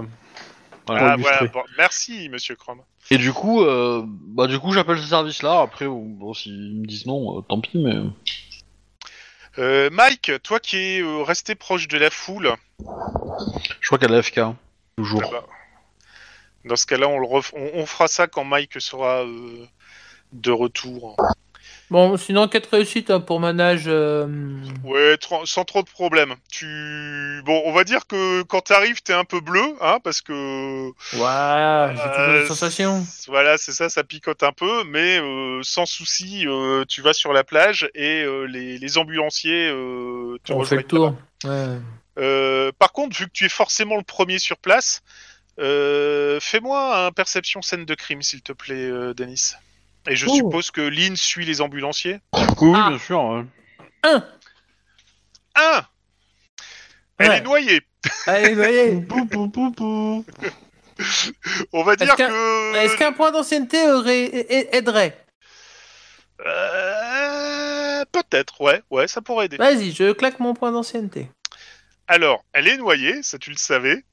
Speaker 2: Voilà.
Speaker 4: ah, voilà,
Speaker 3: illustrer.
Speaker 4: bon, merci, monsieur Chrome.
Speaker 2: Et du coup, euh, bah du coup, j'appelle ce service-là. Après, bon, bon, s'ils me disent non, euh, tant pis, mais
Speaker 4: Euh, Mike, toi qui es euh, resté proche de la foule,
Speaker 2: hein. je crois qu'elle est AFK. Toujours.
Speaker 4: Ah bah. Dans ce cas-là, on, le ref- on, on fera ça quand Mike sera euh, de retour.
Speaker 5: Bon, sinon, 4 réussites hein, pour manage. euh,
Speaker 4: Ouais, tro- sans trop de problèmes. Tu... Bon, on va dire que quand t'arrives, t'es un peu bleu, hein, parce que...
Speaker 5: Waouh, j'ai toujours
Speaker 4: Euh,
Speaker 5: des sensations.
Speaker 4: c- Voilà, c'est ça, ça picote un peu, mais euh, sans souci, euh, tu vas sur la plage et euh, les, les ambulanciers euh, te
Speaker 5: On fait
Speaker 4: rejoignent.
Speaker 5: le tour.
Speaker 4: là-bas.
Speaker 5: Ouais.
Speaker 4: Euh, par contre, vu que tu es forcément le premier sur place, euh, fais-moi un perception scène de crime, s'il te plaît, euh, Denis. Et je
Speaker 5: Oh.
Speaker 4: suppose que Lynn suit les ambulanciers.
Speaker 2: Oui,
Speaker 5: Ah.
Speaker 2: bien sûr. ouais.
Speaker 4: Un Elle
Speaker 5: Ouais.
Speaker 4: est noyée.
Speaker 5: Allez, voyez.
Speaker 3: Pou, pou, pou, pou.
Speaker 4: On va
Speaker 5: Est-ce
Speaker 4: dire
Speaker 5: qu'un-
Speaker 4: que.
Speaker 5: Euh, Est-ce qu'un point d'ancienneté aurait... a- a- aiderait
Speaker 4: Euh, Peut-être, ouais, ouais, ça pourrait aider.
Speaker 5: Vas-y, je claque mon point d'ancienneté.
Speaker 4: Alors, elle est noyée, ça tu le savais.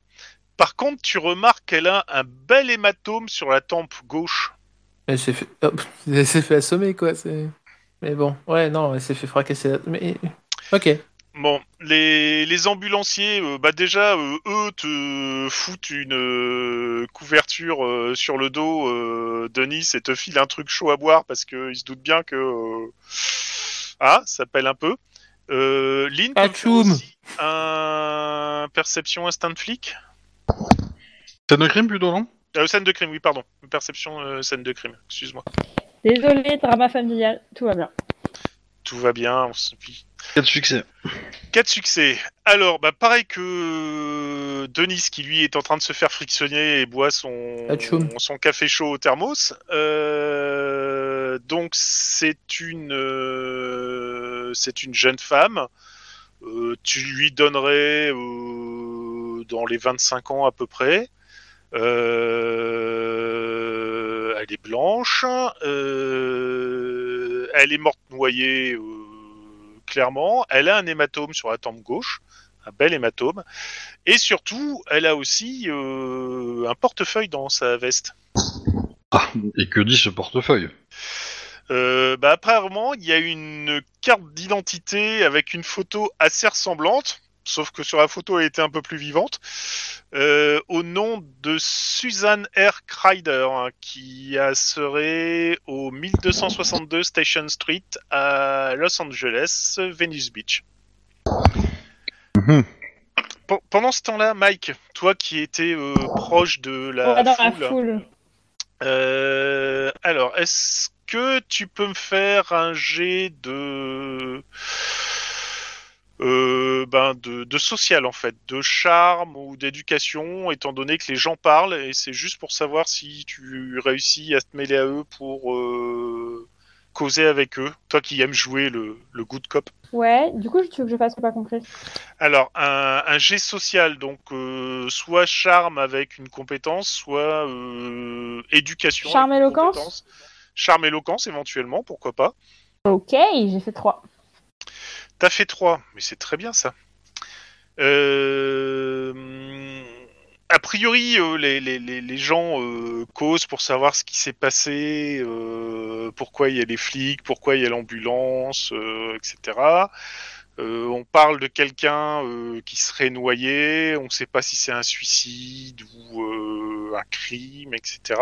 Speaker 4: Par contre, tu remarques qu'elle a un bel hématome sur la tempe gauche.
Speaker 5: Elle s'est fait... hop, elle s'est fait assommer, quoi. c'est- Mais bon, ouais, non, elle s'est fait fracasser. la- Mais... Ok.
Speaker 4: Bon, les, les ambulanciers, euh, bah déjà, euh, eux te foutent une euh, couverture euh, sur le dos, euh, Denis, et te filent un truc chaud à boire parce qu'ils se doutent bien que. euh, Ah, ça pèle un peu. Euh, Lynn, tu me fais
Speaker 5: Atchoum.
Speaker 4: aussi un perception instinct de flic
Speaker 2: C'est de crime plutôt, non
Speaker 4: Euh, Scène de crime, oui, pardon. Perception euh, scène de crime, excuse-moi.
Speaker 1: Désolé, drama familial, tout va bien.
Speaker 4: Tout va bien, on se plie.
Speaker 2: Quel succès.
Speaker 4: Quatre succès. Alors, bah, pareil que euh, Denis, qui lui est en train de se faire frictionner et boit son,
Speaker 5: Atchoum.
Speaker 4: son café chaud au thermos. Euh, donc, c'est une, euh, c'est une jeune femme. Euh, tu lui donnerais euh, dans les 25 ans à peu près. Euh, elle est blanche. Euh, elle est morte noyée, euh, clairement. Elle a un hématome sur la tempe gauche, un bel hématome. Et surtout, elle a aussi euh, un portefeuille dans sa veste.
Speaker 2: Ah, et que dit ce portefeuille
Speaker 4: Euh, bah, apparemment, il y a une carte d'identité avec une photo assez ressemblante, sauf que sur la photo, elle était un peu plus vivante, euh, au nom de Suzanne R. Kreider, hein, qui a serait au 1262 Station Street à Los Angeles, Venice Beach.
Speaker 2: Mhm.
Speaker 4: Pe- Pendant ce temps-là, Mike, toi qui étais euh, proche de la
Speaker 1: Ouais, dans la
Speaker 4: foule, hein.
Speaker 1: foule.
Speaker 4: euh, alors, est-ce que tu peux me faire un jet de... euh, ben de, de social en fait, de charme ou d'éducation, étant donné que les gens parlent et c'est juste pour savoir si tu réussis à te mêler à eux pour euh, causer avec eux. Toi qui aimes jouer le, le good cop.
Speaker 1: Ouais, du coup, tu veux que je fasse ou pas compris
Speaker 4: Alors, un, un jet social, donc euh, soit charme avec une compétence, soit euh, éducation. avec
Speaker 1: Charme
Speaker 4: une
Speaker 1: éloquence
Speaker 4: compétence. Charme éloquence, éventuellement, pourquoi pas.
Speaker 1: Ok, j'ai fait 3.
Speaker 4: T'as fait 3, mais c'est très bien ça. Euh, A priori, euh, les, les- les- les gens euh, causent pour savoir ce qui s'est passé, euh, pourquoi il y a les flics, pourquoi il y a l'ambulance, euh, etc. Euh, on parle de quelqu'un euh, qui serait noyé, on ne sait pas si c'est un suicide ou euh, un crime, etc.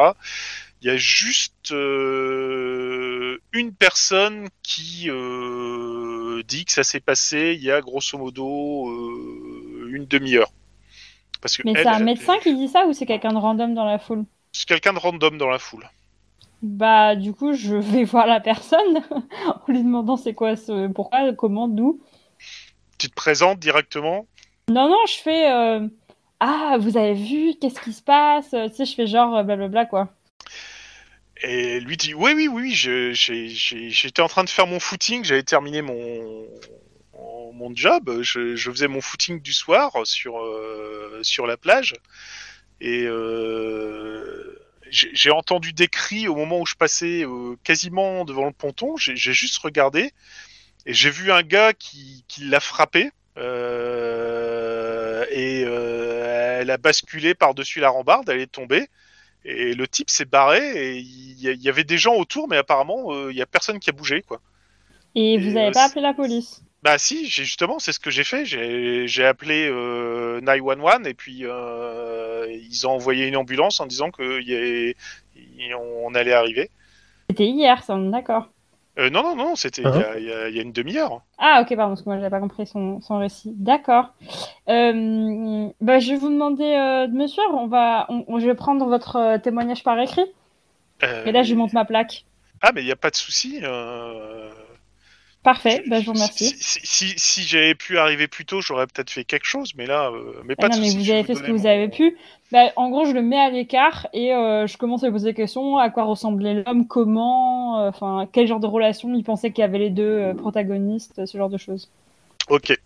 Speaker 4: Il y a juste euh, une personne qui euh, dit que ça s'est passé il y a grosso modo euh, une demi-heure. Parce que
Speaker 1: Mais
Speaker 4: elle,
Speaker 1: c'est un
Speaker 4: elle-
Speaker 1: médecin qui dit ça ou c'est quelqu'un de random dans la foule
Speaker 4: C'est quelqu'un de random dans la foule.
Speaker 1: Bah, du coup, je vais voir la personne en lui demandant c'est quoi, ce... pourquoi, comment, d'où.
Speaker 4: Tu te présentes directement.
Speaker 1: Non, non, je fais euh, Ah, vous avez vu, qu'est-ce qui se passe Tu sais, je fais genre euh, blablabla quoi.
Speaker 4: Et lui dit Oui, oui, oui, je- j'ai- j'ai- j'étais en train de faire mon footing, j'avais terminé mon, mon job, je, je faisais mon footing du soir sur, euh, sur la plage. Et euh, j'ai j'ai entendu des cris au moment où je passais euh, quasiment devant le ponton, j'ai j'ai juste regardé et j'ai vu un gars qui, qui l'a frappé. euh, et euh, elle a basculé par-dessus la rambarde, elle est tombée. Et le type s'est barré et il y, a- il y avait des gens autour, mais apparemment euh, il y a personne qui a bougé quoi.
Speaker 1: Et
Speaker 4: Et,
Speaker 1: vous avez
Speaker 4: euh,
Speaker 1: pas
Speaker 4: c'est-
Speaker 1: appelé la police
Speaker 4: Bah si, j'ai- justement, c'est ce que j'ai fait. J'ai j'ai appelé euh, 911 et puis euh, ils ont envoyé une ambulance en disant que y a- y- on allait arriver.
Speaker 1: C'était hier, ça, on est d'accord.
Speaker 4: Euh, non, non, non, c'était il y a- il y, a- il y a une demi-heure.
Speaker 1: Ah ok, pardon, parce que moi j'avais pas compris son, son récit. D'accord. Euh, bah, je vais vous demander euh, de me suivre. On va, on- on- je vais prendre votre euh, témoignage par écrit.
Speaker 4: Euh,
Speaker 1: Et là, je monte ma plaque.
Speaker 4: Ah, mais il n'y a pas de souci. euh,
Speaker 1: Parfait, bah, je vous
Speaker 4: Si,
Speaker 1: remercie.
Speaker 4: si, si- si j'avais pu arriver plus tôt, j'aurais peut-être fait quelque chose, mais là, euh, mais
Speaker 1: Ah
Speaker 4: pas de
Speaker 1: non, mais
Speaker 4: souci,
Speaker 1: vous
Speaker 4: je vais
Speaker 1: avez fait ce que
Speaker 4: donner
Speaker 1: vous
Speaker 4: mon-
Speaker 1: avez pu. Bah, en gros, je le mets à l'écart et euh, je commence à lui poser des questions. À quoi ressemblait l'homme Comment euh, Enfin, quel genre de relation il pensait qu'il y avait les deux euh, protagonistes Ce genre de choses.
Speaker 4: Ok.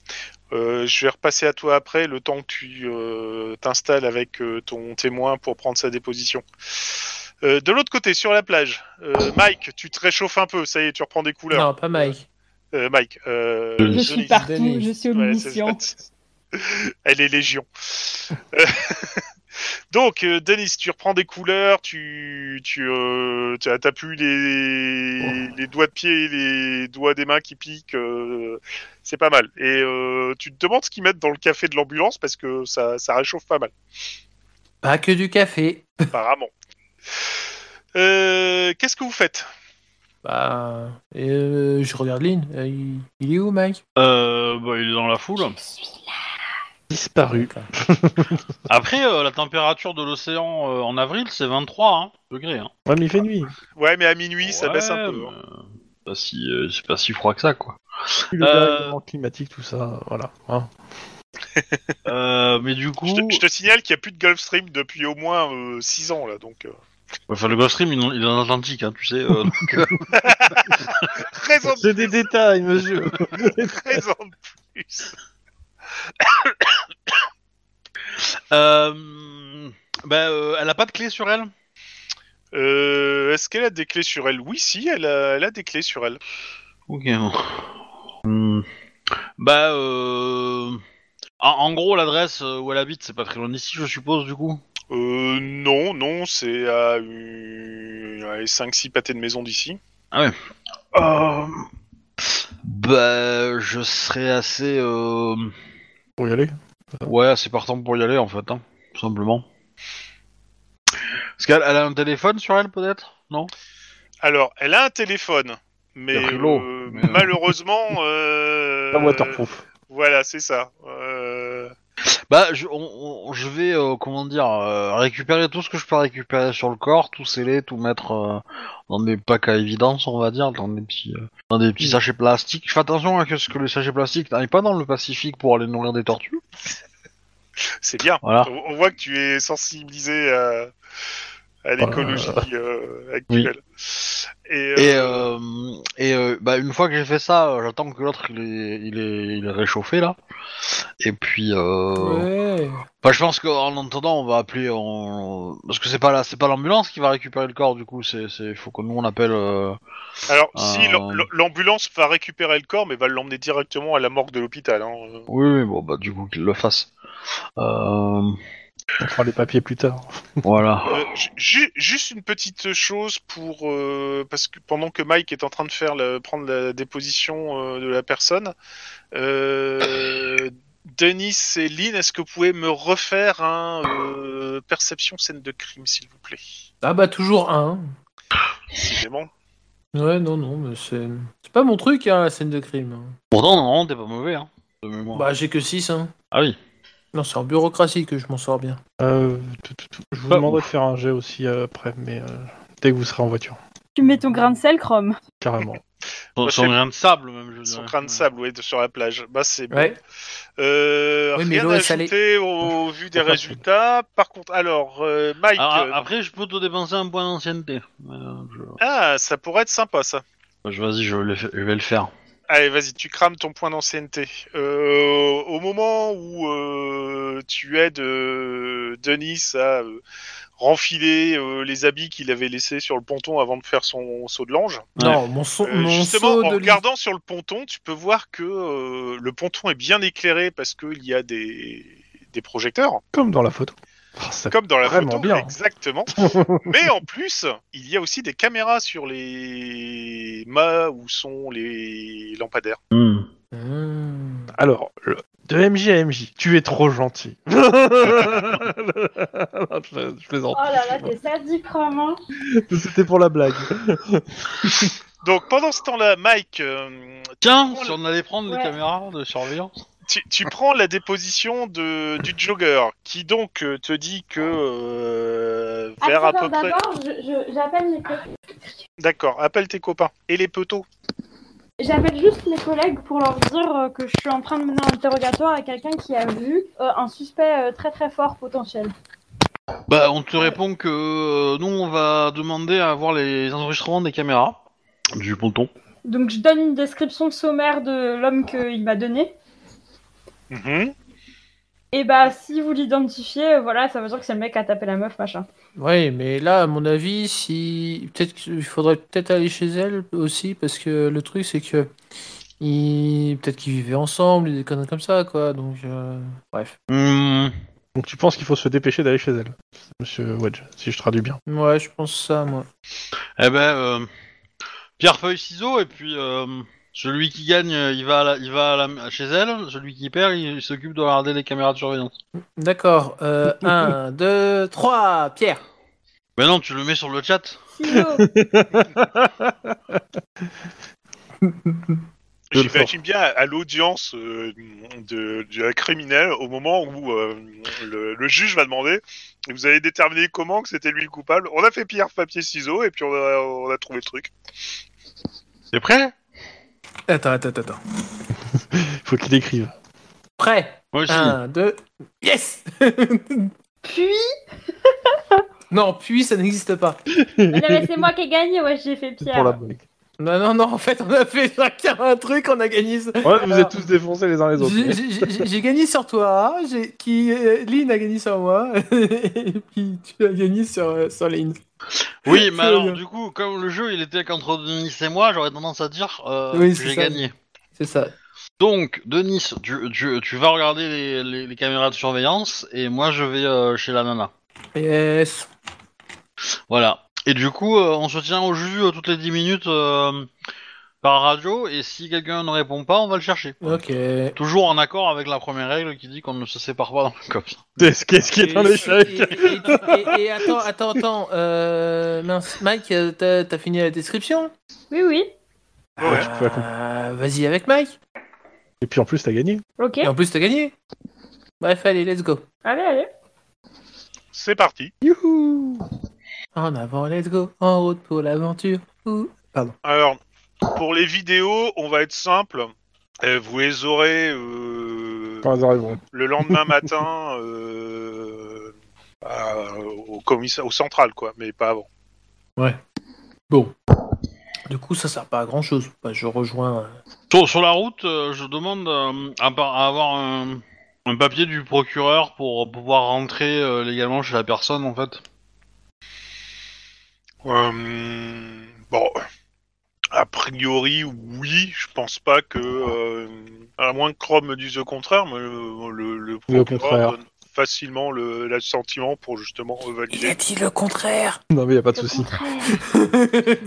Speaker 4: Euh, je vais repasser à toi après, le temps que tu euh, t'installes avec euh, ton témoin pour prendre sa déposition. Euh, de l'autre côté, sur la plage, euh, Mike, tu te réchauffes un peu, ça y est, tu reprends des couleurs.
Speaker 5: Non, pas Mike.
Speaker 4: Euh, Mike, euh,
Speaker 2: Je
Speaker 1: Je
Speaker 4: Denis.
Speaker 1: suis partout,
Speaker 5: Denise.
Speaker 1: je suis
Speaker 4: Ouais, c'est
Speaker 1: omniscient.
Speaker 4: ça. Elle est légion. Euh, Donc, euh, Denis, tu reprends des couleurs, tu, tu euh, t'as t'as plus les,
Speaker 2: Oh.
Speaker 4: les doigts de pied, les doigts des mains qui piquent, euh, c'est pas mal. Et euh, tu te demandes ce qu'ils mettent dans le café de l'ambulance parce que ça, ça réchauffe pas mal,
Speaker 5: Pas Bah, que du café.
Speaker 4: apparemment. Euh, Qu'est-ce que vous faites
Speaker 5: Bah, euh, je regarde Lynn. Euh, il- il est où, Mike
Speaker 2: Euh, bah, il est dans la foule.
Speaker 1: Je suis là.
Speaker 3: Disparu.
Speaker 5: D'accord.
Speaker 2: Après, euh, la température de l'océan euh, en avril, c'est 23 hein, degrés. Hein.
Speaker 3: Ouais, mais il fait nuit.
Speaker 4: Ouais, mais à minuit, ça
Speaker 2: Ouais,
Speaker 4: baisse un peu.
Speaker 2: mais,
Speaker 4: hein.
Speaker 2: euh, pas si, euh, c'est pas si froid que ça, quoi.
Speaker 3: Le
Speaker 2: Euh.
Speaker 3: dérèglement climatique, tout ça, voilà. hein.
Speaker 2: Euh, mais du coup,
Speaker 4: Je, te, je te signale qu'il n'y a plus de Gulf Stream depuis au moins 6 ans, là, donc... euh,
Speaker 2: enfin le Gulf Stream, il, il est en Atlantique, hein, tu sais. euh, donc, euh,
Speaker 4: Raison de
Speaker 3: C'est des détails, monsieur.
Speaker 4: raison de plus.
Speaker 2: euh, bah, euh, elle a pas de clé sur elle.
Speaker 4: Euh, Est-ce qu'elle a des clés sur elle Oui, si, elle a, elle a des clés sur elle.
Speaker 2: Ok. bon. Hmm. Bah, euh... en, en gros, l'adresse euh, où elle habite, c'est pas très loin d'ici, je suppose, du coup.
Speaker 4: Euh, non, non, c'est à 5-6 pâtés de maison d'ici.
Speaker 2: Euh... Bah, je serais assez, euh...
Speaker 3: Pour y aller.
Speaker 2: ouais, assez partant pour y aller, en fait, hein, tout simplement. Parce qu'elle elle a un téléphone sur elle, peut-être Non
Speaker 4: Alors, elle a un téléphone, mais,
Speaker 2: Le rilo,
Speaker 4: euh,
Speaker 2: mais, euh,
Speaker 4: malheureusement... euh,
Speaker 3: Pas waterproof.
Speaker 4: Voilà, c'est ça. Euh,
Speaker 2: Bah, je, on- on- je vais, euh, comment dire, euh, récupérer tout ce que je peux récupérer sur le corps, tout sceller, tout mettre euh, dans des packs à évidence, on va dire, dans des petits, euh, dans des petits sachets plastiques. Je fais attention à ce que les sachets plastiques n'aillent pas dans le Pacifique pour aller nourrir des tortues.
Speaker 4: c'est bien.
Speaker 3: Ah.
Speaker 2: Voilà.
Speaker 4: On, on voit que tu es sensibilisé à, à l'écologie euh, actuelle.
Speaker 2: Et, euh, et euh, bah, une fois que j'ai fait ça, euh, j'attends que l'autre il est, il, est, il est réchauffé là. Et puis, euh,
Speaker 5: Ouais.
Speaker 2: bah, je pense qu'en entendant, on va appeler, on- parce que c'est pas la- c'est pas l'ambulance qui va récupérer le corps. Du coup, c'est, c'est, faut que nous on appelle. euh,
Speaker 4: Alors, si
Speaker 2: Euh,
Speaker 4: l'am- l'am- l'ambulance va récupérer le corps, mais va l'emmener directement à la morgue de l'hôpital. hein. Euh,
Speaker 2: Oui, oui, bon, bah, du coup, qu'il le fasse. Euh,
Speaker 3: On prend les papiers plus tard.
Speaker 2: voilà.
Speaker 4: euh, ju- ju- juste une petite chose pour euh, parce que pendant que Mike est en train de faire le- prendre la déposition euh, de la personne, euh, Denis et Lynn, est-ce que vous pouvez me refaire un euh, perception scène de crime, s'il vous plaît
Speaker 5: Ah bah toujours un.
Speaker 4: Décidément.
Speaker 5: Ouais, non, non, mais c'est c'est pas mon truc, hein, la scène de crime.
Speaker 2: Pourtant, non, t'es pas mauvais, hein, de mémoire.
Speaker 5: Bah, j'ai que 6, hein.
Speaker 2: Ah oui.
Speaker 5: Non, c'est en bureaucratie que je m'en sors bien.
Speaker 3: Euh, tout, tout, tout. Je vous
Speaker 2: Pas
Speaker 3: demanderai de faire un jet aussi euh, après, mais euh, dès que vous serez en voiture.
Speaker 1: Tu mets ton grain de sel, Chrome.
Speaker 3: Carrément.
Speaker 2: Son,
Speaker 4: Bah,
Speaker 2: son
Speaker 4: c'est-
Speaker 2: grain de sable, même, je
Speaker 4: Son
Speaker 2: dirais.
Speaker 4: crâne de sable, ouais, de- sur la plage. Bah, c'est bon.
Speaker 5: Ouais.
Speaker 4: Euh,
Speaker 5: Oui, mais
Speaker 4: rien
Speaker 5: l'eau
Speaker 4: à
Speaker 5: est salée.
Speaker 4: ajouter au, au vu des résultats. Par contre, alors, euh, Mike,
Speaker 2: Alors,
Speaker 4: euh,
Speaker 2: a- après, je peux te dépenser un point d'ancienneté. Euh, je...
Speaker 4: Ah, ça pourrait être sympa ça.
Speaker 2: bah, je- Vas-y, je, le fais- je vais le faire.
Speaker 4: Allez, vas-y, tu crames ton point d'ancienneté. Euh, au moment où euh, tu aides euh, Denis à euh, renfiler euh, les habits qu'il avait laissés sur le ponton avant de faire son saut de l'ange,
Speaker 2: Ouais.
Speaker 5: Non, mon, son,
Speaker 4: euh,
Speaker 5: mon
Speaker 4: justement,
Speaker 5: saut
Speaker 4: en
Speaker 5: de lit-
Speaker 4: regardant sur le ponton, tu peux voir que euh, le ponton est bien éclairé parce qu'il y a des, des projecteurs,
Speaker 3: Comme dans la photo. Ah, ça-
Speaker 4: comme dans la
Speaker 3: Vraiment
Speaker 4: photo,
Speaker 3: bien.
Speaker 4: exactement. Mais en plus, il y a aussi des caméras sur les mâts où sont les lampadaires.
Speaker 2: Hmm.
Speaker 5: Hmm.
Speaker 3: Alors, le- de MJ à MJ, tu es trop gentil. Non, je, je plaisante.
Speaker 1: Oh là là, t'es sadique, Romain.
Speaker 3: C'était pour la blague.
Speaker 4: Donc pendant ce temps-là, Mike, euh,
Speaker 2: Tiens, si on allait prendre
Speaker 1: Ouais.
Speaker 2: les caméras de surveillance.
Speaker 4: tu, tu prends la déposition de, du jogger qui donc euh, te dit que euh,
Speaker 1: Ah,
Speaker 4: vers à peu près.
Speaker 6: D'abord, je- je- j'appelle mes co-
Speaker 4: D'accord, appelle tes copains et les poteaux.
Speaker 6: j'appelle juste mes collègues pour leur dire
Speaker 1: Dire euh, que je suis en train de mener un interrogatoire à quelqu'un qui a vu euh, un suspect euh, très très fort potentiel.
Speaker 2: Bah, on te répond que euh, nous, on va demander à avoir les enregistrements des caméras du ponton.
Speaker 1: Donc je donne une description sommaire de l'homme qu'il m'a donné.
Speaker 3: Mhm.
Speaker 1: Et bah si vous l'identifiez, euh, voilà, ça veut dire que c'est le mec qui a tapé la meuf, machin.
Speaker 5: Oui, mais là, à mon avis, si peut-être qu'il faudrait peut-être aller chez elle aussi, parce que le truc, c'est que ils... peut-être qu'ils vivaient ensemble, des conneries comme ça, quoi. Donc, euh, bref.
Speaker 2: Hmm.
Speaker 3: Donc tu penses qu'il faut se dépêcher d'aller chez elle, Monsieur Wedge, si je traduis bien.
Speaker 5: Ouais, je pense ça, moi.
Speaker 2: Eh ben, euh, pierre feuille ciseaux et puis euh, celui qui gagne, euh, il va, à la- il va à la- chez elle. Celui qui perd, il, s'occupe de regarder les caméras de surveillance.
Speaker 5: D'accord. euh, 1, 2, 3, Pierre.
Speaker 2: Mais non, tu le mets sur le chat.
Speaker 1: Ciseaux.
Speaker 3: Je le
Speaker 4: J'imagine bien à, à l'audience euh, de, du criminel au moment où euh, le, le juge va demander et vous allez déterminer comment que c'était lui le coupable. On a fait pierre, papier, ciseaux et puis on a, on a trouvé le truc.
Speaker 2: T'es prêt
Speaker 5: Attends, attends, attends.
Speaker 3: Il faut qu'il écrive.
Speaker 5: Prêt
Speaker 2: Moi aussi.
Speaker 5: 1, 2, yes
Speaker 1: Puis,
Speaker 5: Non, puis ça n'existe pas.
Speaker 1: non, mais c'est moi qui ai gagné, ouais, j'ai fait
Speaker 3: C'est pour la
Speaker 1: Pierre.
Speaker 3: blague.
Speaker 5: Non, non, non, en fait, on a fait chacun un truc, on a gagné. ce-
Speaker 3: Ouais, vous êtes tous défoncés les uns les autres.
Speaker 5: J'ai- j'ai- J'ai j'ai gagné sur toi, j'ai- qui, euh, Lynn a gagné sur moi, et puis tu as gagné sur, euh, sur Lynn.
Speaker 2: Oui, mais
Speaker 5: Ça
Speaker 2: alors,
Speaker 5: va.
Speaker 2: du coup, comme le jeu, il était qu'entre Denis et moi, j'aurais tendance à dire euh,
Speaker 5: Oui,
Speaker 2: que
Speaker 5: c'est
Speaker 2: j'ai
Speaker 5: ça.
Speaker 2: gagné.
Speaker 5: C'est ça.
Speaker 2: Donc, Denis, tu, tu, tu vas regarder les, les- les caméras de surveillance et moi, je vais euh, chez la nana.
Speaker 5: Yes.
Speaker 2: Voilà. Et du coup, euh, on se tient au jus euh, toutes les 10 minutes euh, par radio et si quelqu'un ne répond pas, on va le chercher.
Speaker 5: Ok.
Speaker 2: Toujours en accord avec la première règle qui dit qu'on ne se sépare pas dans le cops.
Speaker 3: Qu'est-ce qui est- ce qui est un échec
Speaker 5: Et, et- et- et- et attends, attends, attends. euh, mince, Mike, euh, t'as t'as fini la description
Speaker 1: Oui, oui,
Speaker 3: Ouais, je peux la comprendre.
Speaker 5: Euh, Vas-y avec Mike.
Speaker 3: Et puis en plus, t'as gagné.
Speaker 1: ok.
Speaker 5: Et en plus, t'as gagné. Bref, allez, let's go.
Speaker 1: Allez, allez.
Speaker 4: C'est parti.
Speaker 3: Youhou
Speaker 5: En avant, let's go. En route pour l'aventure. Ouh.
Speaker 4: Alors, pour les vidéos, on va être simple. Euh, Vous les aurez euh,
Speaker 3: Quand elles arriveront.
Speaker 4: le lendemain matin euh, à- au, commissa- au central, quoi, mais pas avant.
Speaker 5: Du coup, ça sert pas à grand chose. je rejoins. euh,
Speaker 2: Sur, sur la route, euh, je demande euh, à, par- à avoir un, un papier du procureur pour pouvoir rentrer euh, légalement chez la personne, en fait.
Speaker 4: Euh, bon, a priori, oui, je pense pas que, euh, à moins que Chrome me dise le contraire, mais le, le, le procureur
Speaker 3: contraire.
Speaker 4: donne facilement le, l'assentiment pour justement valider.
Speaker 5: dit le contraire.
Speaker 3: Non, mais y a pas de souci.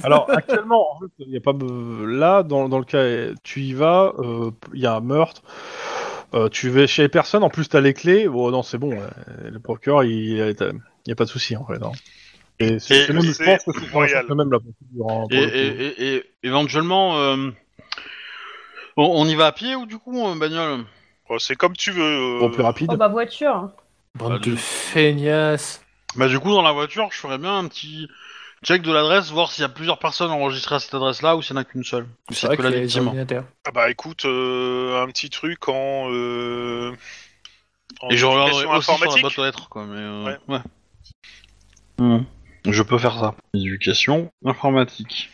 Speaker 3: Alors actuellement, en fait, il y a pas euh, là dans, dans le cas euh, tu y vas, euh, il y a un meurtre. euh, tu vas chez personne, en plus t'as les clés. Bon, non, c'est bon. euh, Le procureur, il n'y a pas de souci en fait. hein. Et c'est
Speaker 2: Et
Speaker 3: c'est même, je
Speaker 4: c'est
Speaker 3: pense que c'est pour
Speaker 4: royal.
Speaker 3: l'instant même la procédure. hein, pour
Speaker 2: Et,
Speaker 3: le coup.
Speaker 2: et- et- et éventuellement, euh, on, on y va à pied ou du coup en bagnole
Speaker 4: Oh, c'est comme tu veux. euh,
Speaker 3: Pour plus rapide.
Speaker 1: Oh bah voiture.
Speaker 5: Bande de feignasses.
Speaker 2: Bah du coup dans la voiture, je ferais bien un petit check de l'adresse, voir s'il y a plusieurs personnes enregistrées à cette adresse-là ou s'il n'y en a qu'une seule. Ou
Speaker 5: C'est
Speaker 2: c'est
Speaker 5: vrai
Speaker 2: que
Speaker 5: que
Speaker 2: la
Speaker 5: les
Speaker 2: victime.
Speaker 5: ordinateurs.
Speaker 4: Ah bah écoute, euh, un petit truc en. euh, en
Speaker 2: Et je regarderai
Speaker 4: application
Speaker 2: aussi sur la
Speaker 4: informatique.
Speaker 2: boîte aux lettres, quoi. Mais euh,
Speaker 4: Ouais.
Speaker 2: ouais. Hmm. Je peux faire ça. Éducation informatique.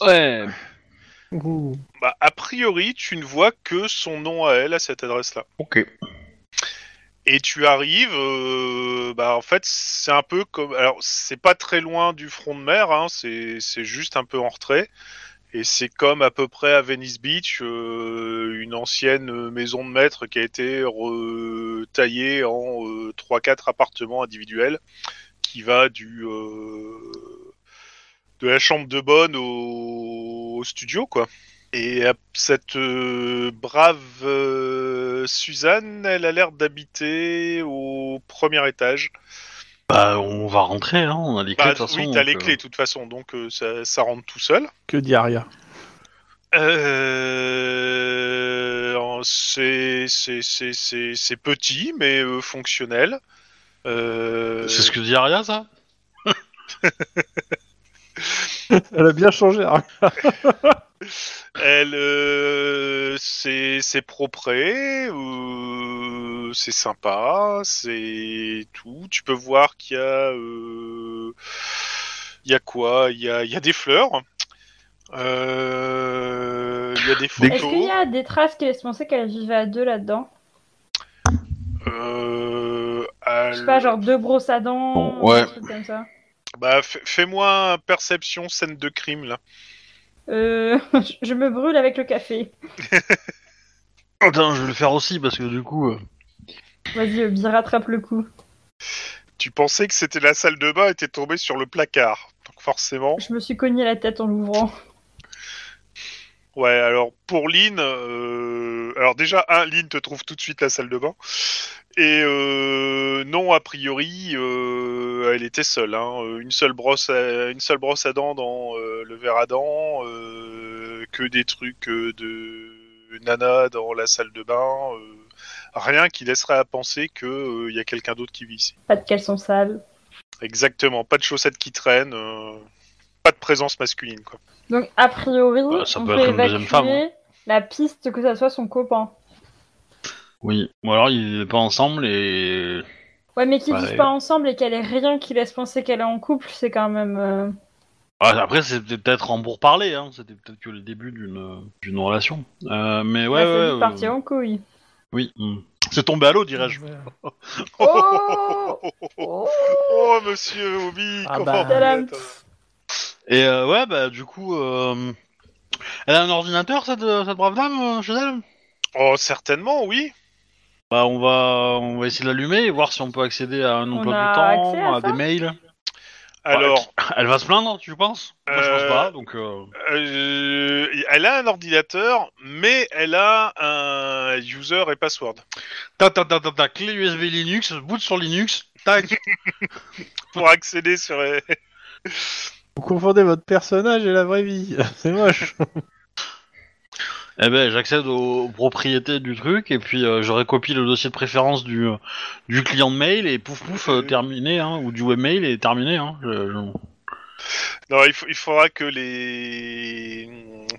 Speaker 2: Ouais.
Speaker 4: Bah, a priori, tu ne vois que son nom à elle à cette adresse-là.
Speaker 2: Ok.
Speaker 4: Et tu arrives, euh, bah en fait, c'est un peu comme. Alors, c'est pas très loin du front de mer, hein, c'est c'est juste un peu en retrait. Et c'est comme à peu près à Venice Beach, euh, une ancienne euh, maison de maître qui a été retaillée en euh, 3-4 appartements individuels, qui va du euh, de la chambre de bonne au, au studio, quoi. Et euh, cette euh, brave euh, Suzanne, elle a l'air d'habiter au premier étage.
Speaker 2: Bah, on va rentrer, hein, on a les clés
Speaker 4: Bah,
Speaker 2: de toute façon.
Speaker 4: oui, t'as
Speaker 2: donc,
Speaker 4: les
Speaker 2: euh,
Speaker 4: clés de toute façon, donc euh, ça, ça rentre tout seul.
Speaker 3: Que dit Aria
Speaker 4: Euh, en- c'est c'est- c'est- c'est- c'est petit, mais euh, fonctionnel. Euh,
Speaker 2: C'est ce que dit Aria, ça
Speaker 3: Elle a bien changé, Aria.
Speaker 4: Elle, euh, c'est c'est propre, euh, c'est sympa, c'est tout. Tu peux voir qu'il y a, euh, il y a quoi Il y a, il y a des fleurs, Euh, il y a des
Speaker 2: Des-
Speaker 4: photos.
Speaker 1: Est-ce qu'il y a des traces qui laissent penser qu'elle vivait à deux là-dedans
Speaker 4: Euh,
Speaker 1: Je sais pas,
Speaker 4: alors-
Speaker 1: genre deux brosses à dents,
Speaker 2: Bon, ouais.
Speaker 1: un truc comme ça.
Speaker 4: Bah, fais- fais-moi un perception scène de crime là.
Speaker 1: Euh, je- je me brûle avec le café.
Speaker 2: Attends, je vais le faire aussi, parce que du coup... euh,
Speaker 1: Vas-y, euh, Bi, rattrape le coup.
Speaker 4: Tu pensais que c'était la salle de bain et t'es tombé sur le placard. Donc forcément.
Speaker 1: Je me suis cogné la tête en l'ouvrant.
Speaker 4: Ouais, alors pour Lynn, euh, alors déjà, un, Lynn te trouve tout de suite la salle de bain. Et euh, non, a priori, euh, elle était seule. hein. Euh, Une, seule brosse à, une seule brosse à dents dans euh, le verre à dents, euh, que des trucs euh, de nana dans la salle de bain. euh, rien qui laisserait à penser qu'il y a quelqu'un d'autre qui vit ici.
Speaker 1: Pas de caleçon sale.
Speaker 4: Exactement, pas de chaussettes qui traînent, euh, pas de présence masculine. Quoi.
Speaker 1: Donc, a priori,
Speaker 2: Bah, ça
Speaker 1: on
Speaker 2: peut
Speaker 1: peut,
Speaker 2: être une deuxième
Speaker 1: évacuer
Speaker 2: femme, hein.
Speaker 1: la piste que ça soit son copain.
Speaker 2: Oui, ou alors ils n'est pas ensemble et...
Speaker 1: Ouais, mais qu'ils
Speaker 2: Ouais.
Speaker 1: vivent pas ensemble et qu'elle ait rien qui laisse penser qu'elle est en couple, c'est quand même. euh,
Speaker 2: Ah, après, c'était peut-être en pourparler, hein. c'était peut-être que le début d'une d'une relation. Euh, mais ouais,
Speaker 1: bah, c'est
Speaker 2: ouais,
Speaker 1: vite
Speaker 2: ouais,
Speaker 1: parti
Speaker 2: ouais.
Speaker 1: en couille.
Speaker 2: Oui. hmm. C'est tombé à l'eau, dirais-je.
Speaker 5: Voilà.
Speaker 1: Oh Oh
Speaker 4: Oh, monsieur Obi,
Speaker 5: Ah
Speaker 4: comment
Speaker 5: bah.
Speaker 4: vous êtes, hein.
Speaker 1: Tadam.
Speaker 2: Et euh, ouais, bah du coup, euh, elle a un ordinateur cette, cette brave dame euh, chez elle.
Speaker 4: Oh, certainement, oui.
Speaker 2: Bah on va on va essayer de l'allumer et voir si on peut accéder à un emploi
Speaker 1: a
Speaker 2: du temps,
Speaker 1: accès à
Speaker 2: à,
Speaker 1: ça
Speaker 2: des mails.
Speaker 4: Alors,
Speaker 2: Elle va se plaindre, tu penses Moi je pense
Speaker 4: Euh,
Speaker 2: pas, donc. euh,
Speaker 4: euh, elle a un ordinateur, mais elle a un user et password.
Speaker 2: Ta ta ta ta ta clé USB Linux, boot sur Linux. Tac.
Speaker 4: Pour accéder sur... les-
Speaker 3: Vous confondez votre personnage et la vraie vie. C'est moche.
Speaker 2: eh ben j'accède aux, aux propriétés du truc et puis euh, je récopie le dossier de préférence du euh, du client de mail et pouf pouf euh, terminé hein, ou du webmail et terminé hein. Je- je-
Speaker 4: Non, il, faut- il faudra que les...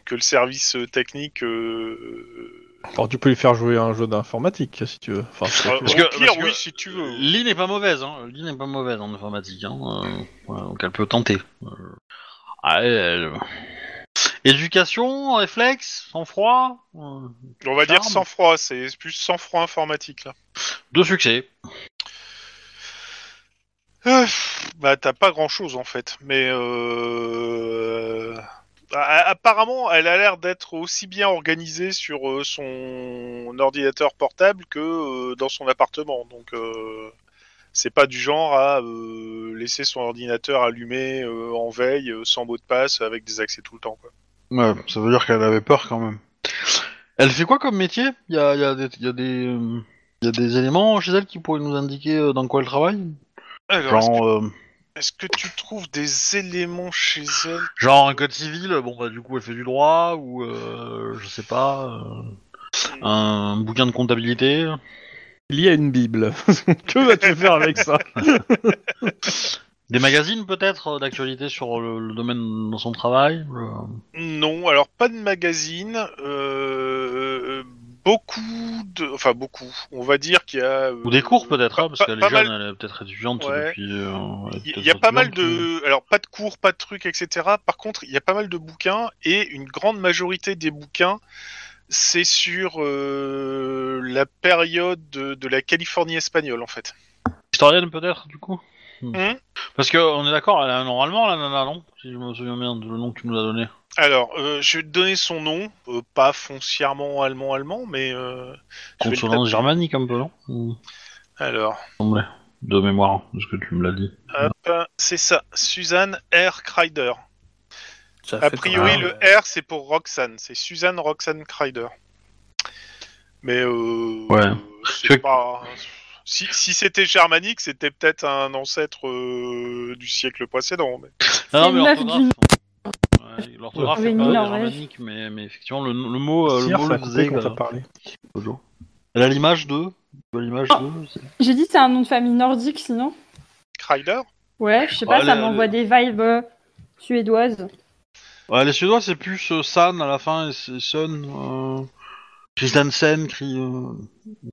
Speaker 4: que le service technique... euh,
Speaker 3: Alors, tu peux lui faire jouer à un jeu d'informatique, si tu veux. Enfin, si tu
Speaker 4: euh,
Speaker 3: veux.
Speaker 2: Parce
Speaker 4: au
Speaker 2: que-
Speaker 4: pire,
Speaker 2: parce que-
Speaker 4: oui, si tu veux.
Speaker 2: Lee n'est pas mauvaise, hein. Lee n'est pas mauvaise en informatique, hein. Euh, voilà, donc elle peut tenter. Euh, ah, elle- Éducation, réflexe, sang-froid, euh,
Speaker 4: On va dire
Speaker 2: Charme.
Speaker 4: sans froid, c'est plus sans froid informatique, là.
Speaker 2: deux succès.
Speaker 4: Euh, Bah, t'as pas grand chose en fait, mais euh... a- apparemment, elle a l'air d'être aussi bien organisée sur euh, son ordinateur portable que euh, dans son appartement. Donc, euh, c'est pas du genre à euh, laisser son ordinateur allumé euh, en veille, euh, sans mot de passe, avec des accès tout le temps. Quoi.
Speaker 2: Ouais, ça veut dire qu'elle avait peur quand même. Elle fait quoi comme métier Il y a, y a des, y a des, euh, y a des éléments chez elle qui pourraient nous indiquer euh, dans quoi elle travaille
Speaker 4: Alors, est-ce que-
Speaker 2: genre, euh,
Speaker 4: est-ce que, tu trouves des éléments chez elle
Speaker 2: genre un code civil, bon bah du coup elle fait du droit, ou euh, je sais pas,
Speaker 4: Hmm.
Speaker 2: euh, un bouquin de comptabilité.
Speaker 3: Il y a une Bible. que vas-tu faire avec ça
Speaker 2: Des magazines peut-être euh, d'actualité sur le, le domaine dans son travail euh.
Speaker 4: Non, alors pas de magazine. euh, euh, beaucoup de. Enfin, beaucoup. On va dire qu'il y a. euh,
Speaker 2: Ou des cours peut-être, hein, parce
Speaker 4: pas-
Speaker 2: qu'elle est
Speaker 4: pas
Speaker 2: jeune,
Speaker 4: mal-
Speaker 2: elle est peut-être étudiante
Speaker 4: Ouais.
Speaker 2: depuis... euh, elle est
Speaker 4: Il
Speaker 2: peut-être
Speaker 4: y a pas mal
Speaker 2: étudiante, euh, mais-
Speaker 4: de. Alors, pas de cours, pas de trucs, etc. Par contre, il y a pas mal de bouquins et une grande majorité des bouquins, c'est sur euh, la période de, de la Californie espagnole, en fait.
Speaker 2: Historienne peut-être, du coup Hmm.
Speaker 4: Hmm.
Speaker 2: Parce que on est d'accord, elle a un nom allemand, la nana, non Si je me souviens bien du nom que tu nous as donné.
Speaker 4: Alors, euh, je vais te donner son nom, euh, pas foncièrement allemand-allemand, mais. euh, je vais le
Speaker 2: Consonance
Speaker 4: taper.
Speaker 2: germanique un peu, non Hmm,
Speaker 4: Alors,
Speaker 2: semblait. De
Speaker 4: euh,
Speaker 2: mémoire, parce que tu me l'as dit.
Speaker 4: hop, c'est ça, Suzanne R. Kreider.
Speaker 5: Ça
Speaker 4: A
Speaker 5: fait quand
Speaker 4: priori,
Speaker 5: même,
Speaker 4: le
Speaker 5: euh,
Speaker 4: R c'est pour Roxane, c'est Suzanne Roxane Kreider. Mais euh,
Speaker 2: Ouais.
Speaker 4: euh, c'est
Speaker 2: Tu-
Speaker 4: pas- Si, si c'était germanique, c'était peut-être un ancêtre euh, du siècle précédent. mais-
Speaker 2: Ah,
Speaker 1: C'est une
Speaker 2: mais
Speaker 1: meuf
Speaker 2: l'orthographe. Ouais, L'orthographe
Speaker 1: Ouais.
Speaker 2: est pas
Speaker 1: Vénile, en
Speaker 2: germanique, mais, mais effectivement, le, le mot, euh, le
Speaker 3: Hier,
Speaker 2: mot
Speaker 3: ça a
Speaker 2: le
Speaker 3: coupé
Speaker 2: faisait.
Speaker 3: quand t'as
Speaker 2: quoi.
Speaker 3: parlé.
Speaker 2: Elle a l'image de. Elle a l'image
Speaker 1: Ah.
Speaker 2: de. c'est-
Speaker 1: J'ai dit c'est un nom de famille nordique sinon.
Speaker 4: Kreider
Speaker 1: Ouais, je sais pas,
Speaker 2: Ouais,
Speaker 1: ça
Speaker 2: le-
Speaker 1: m'envoie
Speaker 2: le-
Speaker 1: des vibes euh, suédoises.
Speaker 2: Ouais, les Suédois, c'est plus euh, San à la fin et c'est Sun. Euh... Christensen, cri. euh,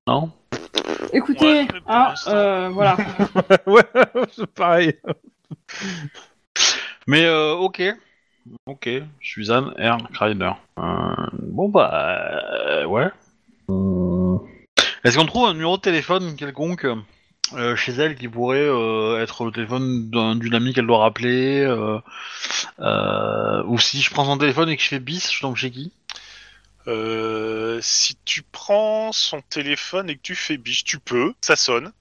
Speaker 2: Non
Speaker 1: Écoutez,
Speaker 4: Ouais, mais pour
Speaker 1: hein,
Speaker 4: l'instant-
Speaker 1: euh, voilà.
Speaker 3: ouais, c'est pareil.
Speaker 2: Mais euh, ok. Ok, Suzanne R. Kreider. Euh, bon bah. euh, ouais. Euh, Est-ce qu'on trouve un numéro de téléphone quelconque euh, chez elle qui pourrait euh, être le téléphone d'un- d'une amie qu'elle doit rappeler euh, euh, Ou si je prends son téléphone et que je fais bis, je tombe chez qui
Speaker 4: Euh, si tu prends son téléphone et que tu fais biche, tu peux, ça sonne.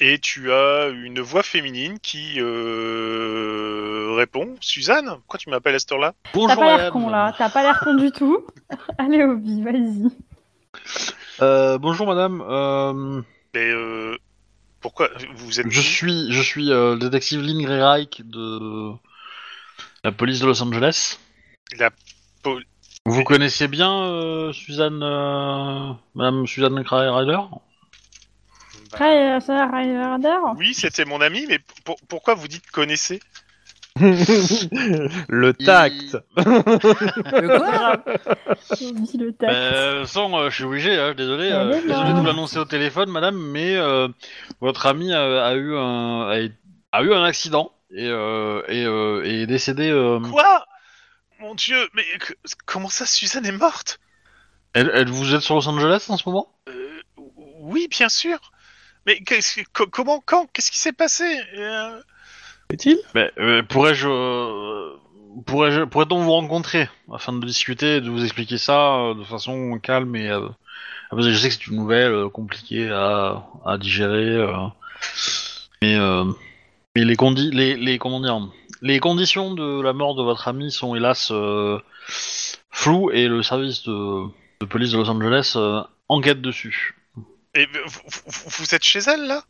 Speaker 4: Et tu as une voix féminine qui euh, répond Suzanne, pourquoi tu m'appelles à cette heure-là
Speaker 1: T'as
Speaker 2: Bonjour
Speaker 1: pas l'air
Speaker 2: madame.
Speaker 1: con là, t'as pas l'air con du tout. Allez Obi, vas-y.
Speaker 2: Euh, bonjour madame. Euh,
Speaker 4: Mais euh, pourquoi Vous êtes.
Speaker 2: Je suis, je suis euh, le détective Lynn Greyreich de la police de Los Angeles.
Speaker 4: La pol-
Speaker 2: Vous connaissez bien euh, Suzanne, euh, Madame Suzanne Greyreider
Speaker 4: Bah,
Speaker 1: Après, euh, ça va, Ryder Ryder
Speaker 4: Oui, c'était mon ami, mais pour- pourquoi vous dites connaissez
Speaker 3: le tact.
Speaker 5: le quoi
Speaker 2: Bah,
Speaker 1: Obi le tac.
Speaker 2: Euh, sans, euh, je suis obligé, hein, désolé,
Speaker 1: Elle
Speaker 2: euh,
Speaker 1: est
Speaker 2: je suis désolé de
Speaker 1: là.
Speaker 2: vous l'annoncer au téléphone, Madame, mais euh, votre ami a, a eu un, a, a eu un accident et, euh, et, euh, et est décédé. euh,
Speaker 4: Quoi Mon dieu, mais que- comment ça, Suzanne est morte
Speaker 2: elle, elle- vous êtes sur Los Angeles en ce moment
Speaker 4: Euh, Oui, bien sûr. Mais qu'est-ce que- co- comment, quand Qu'est-ce qui s'est passé Euh,
Speaker 3: Est-il
Speaker 2: Mais euh, pourrais-je euh, pourrais-je pourrait-on vous rencontrer afin de discuter et de vous expliquer ça euh, de façon calme et euh, parce que je sais que c'est une nouvelle euh, compliquée à, à digérer euh, mais euh, mais les condi les, les comment dire les conditions de la mort de votre ami sont hélas euh, floues et le service de, de police de Los Angeles euh, enquête dessus.
Speaker 4: Et vous, vous- vous êtes chez elle là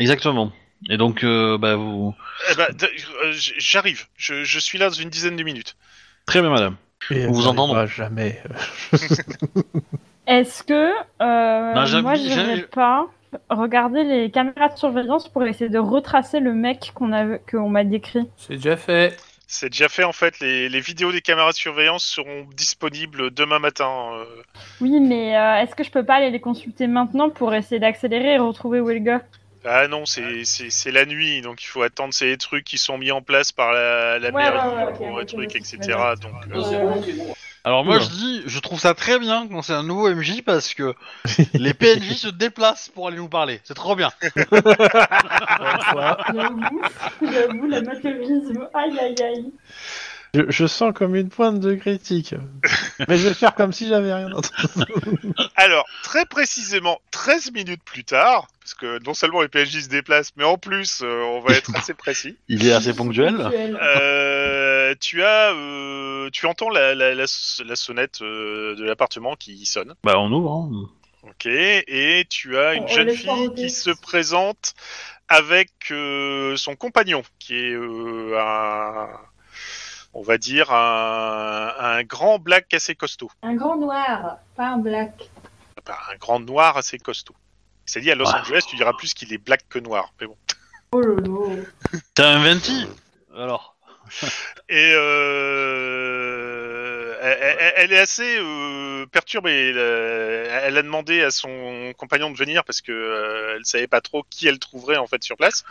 Speaker 2: Exactement. Et donc euh, bah, vous
Speaker 4: Eh ben, d- euh, j- j'arrive. Je, je suis là dans une dizaine de minutes.
Speaker 2: très bien madame.
Speaker 3: Et
Speaker 2: Vous
Speaker 3: on
Speaker 2: entendrez.
Speaker 3: n'arrivera jamais.
Speaker 1: Est-ce que euh,
Speaker 2: Non, Bah, j'avoue-
Speaker 1: moi
Speaker 2: j'avoue-
Speaker 1: j'irais pas regarder les caméras de surveillance pour essayer de retracer le mec qu'on a qu'on m'a décrit
Speaker 5: C'est déjà fait.
Speaker 4: C'est déjà fait en fait. Les, les vidéos des caméras de surveillance seront disponibles demain matin. euh.
Speaker 1: Oui, mais euh, est-ce que je peux pas aller les consulter maintenant pour essayer d'accélérer et retrouver où est le gars
Speaker 4: Ah non, c'est- c'est c'est la nuit, donc il faut attendre. C'est les trucs qui sont mis en place par la, la
Speaker 1: Ouais,
Speaker 4: mairie
Speaker 6: ouais, ouais,
Speaker 4: pour
Speaker 6: ok,
Speaker 4: les trucs,
Speaker 6: ok,
Speaker 4: etc.
Speaker 1: d'accord.
Speaker 4: Donc, euh,
Speaker 6: Euh,
Speaker 2: Alors moi
Speaker 3: Oula.
Speaker 2: je dis, je trouve ça très bien quand c'est un nouveau MJ parce que les PNJ se déplacent pour aller nous parler. C'est trop bien.
Speaker 4: Ah.
Speaker 6: J'avoue, j'avoue, le matérialisme. Aïe, aïe, aïe.
Speaker 3: Je, je sens comme une pointe de critique. Mais je vais faire comme si j'avais rien entendu.
Speaker 4: Alors, très précisément, 13 minutes plus tard, parce que non seulement les PNJ se déplacent, mais en plus, euh, on va être assez précis.
Speaker 2: Il est assez ponctuel.
Speaker 6: Ponctuel.
Speaker 4: Euh, tu as, euh, tu entends la, la- la s- la sonnette euh, de l'appartement qui sonne.
Speaker 2: Bah on ouvre. hein.
Speaker 4: Ok, et tu as une
Speaker 6: On
Speaker 4: jeune
Speaker 6: laisse pas
Speaker 4: fille
Speaker 6: rôder.
Speaker 4: qui se présente avec euh, son compagnon, qui est euh, un, on va dire un, un grand black assez costaud,
Speaker 6: Un grand noir, pas un black.
Speaker 4: Enfin, un grand noir assez costaud. C'est dit à Los
Speaker 2: Ouais.
Speaker 4: Angeles, tu diras plus qu'il est black que noir, mais bon.
Speaker 6: Oh lolo.
Speaker 2: T'as un venti Alors.
Speaker 4: Et euh, elle- elle, elle est assez euh, perturbée. Elle, euh, elle a demandé à son compagnon de venir parce que euh, elle savait pas trop qui elle trouverait en fait sur place.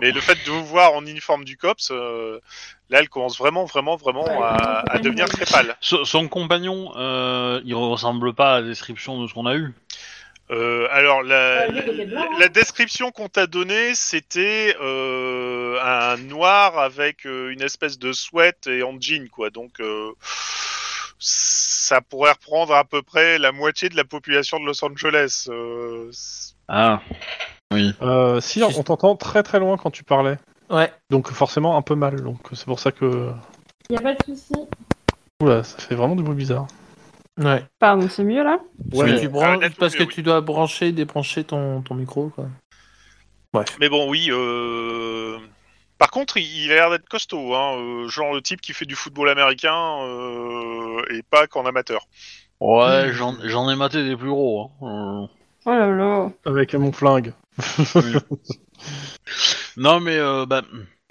Speaker 4: Mais le fait de vous voir en uniforme du cops, euh, là, elle commence vraiment, vraiment, vraiment
Speaker 6: Ouais,
Speaker 4: à,
Speaker 6: vraiment,
Speaker 4: à devenir très pâle.
Speaker 2: So- son compagnon, euh, il ressemble pas à la description de ce qu'on a eu.
Speaker 4: Euh, alors la,
Speaker 6: Euh, lui, il était blanc, hein.
Speaker 4: la description qu'on t'a donnée, c'était euh, un noir avec euh, une espèce de sweat et en jean quoi. Donc euh, ça pourrait reprendre à peu près la moitié de la population de Los Angeles. Euh, c'est-
Speaker 2: Ah.
Speaker 3: Euh, si, on t'entend très très loin quand tu parlais.
Speaker 5: Ouais.
Speaker 3: Donc forcément un peu mal. Donc c'est pour ça que
Speaker 6: Y a pas de souci.
Speaker 3: Oula, ça fait vraiment du bruit bizarre.
Speaker 5: Ouais.
Speaker 1: Pardon, c'est mieux là
Speaker 5: Parce que
Speaker 2: Ouais.
Speaker 5: tu branches-
Speaker 4: Ah, là, tout
Speaker 5: parce que
Speaker 4: mieux, oui.
Speaker 5: tu dois brancher, débrancher ton, ton micro, quoi.
Speaker 4: Mais bon, oui. euh, Par contre, il, il a l'air d'être costaud, hein, euh, genre le type qui fait du football américain euh, et pas qu'en amateur.
Speaker 3: Hmm.
Speaker 2: Ouais, j'en- j'en ai maté des plus gros. hein.
Speaker 1: Oh là là.
Speaker 3: Avec mon flingue.
Speaker 2: Euh, Non, mais euh, bah,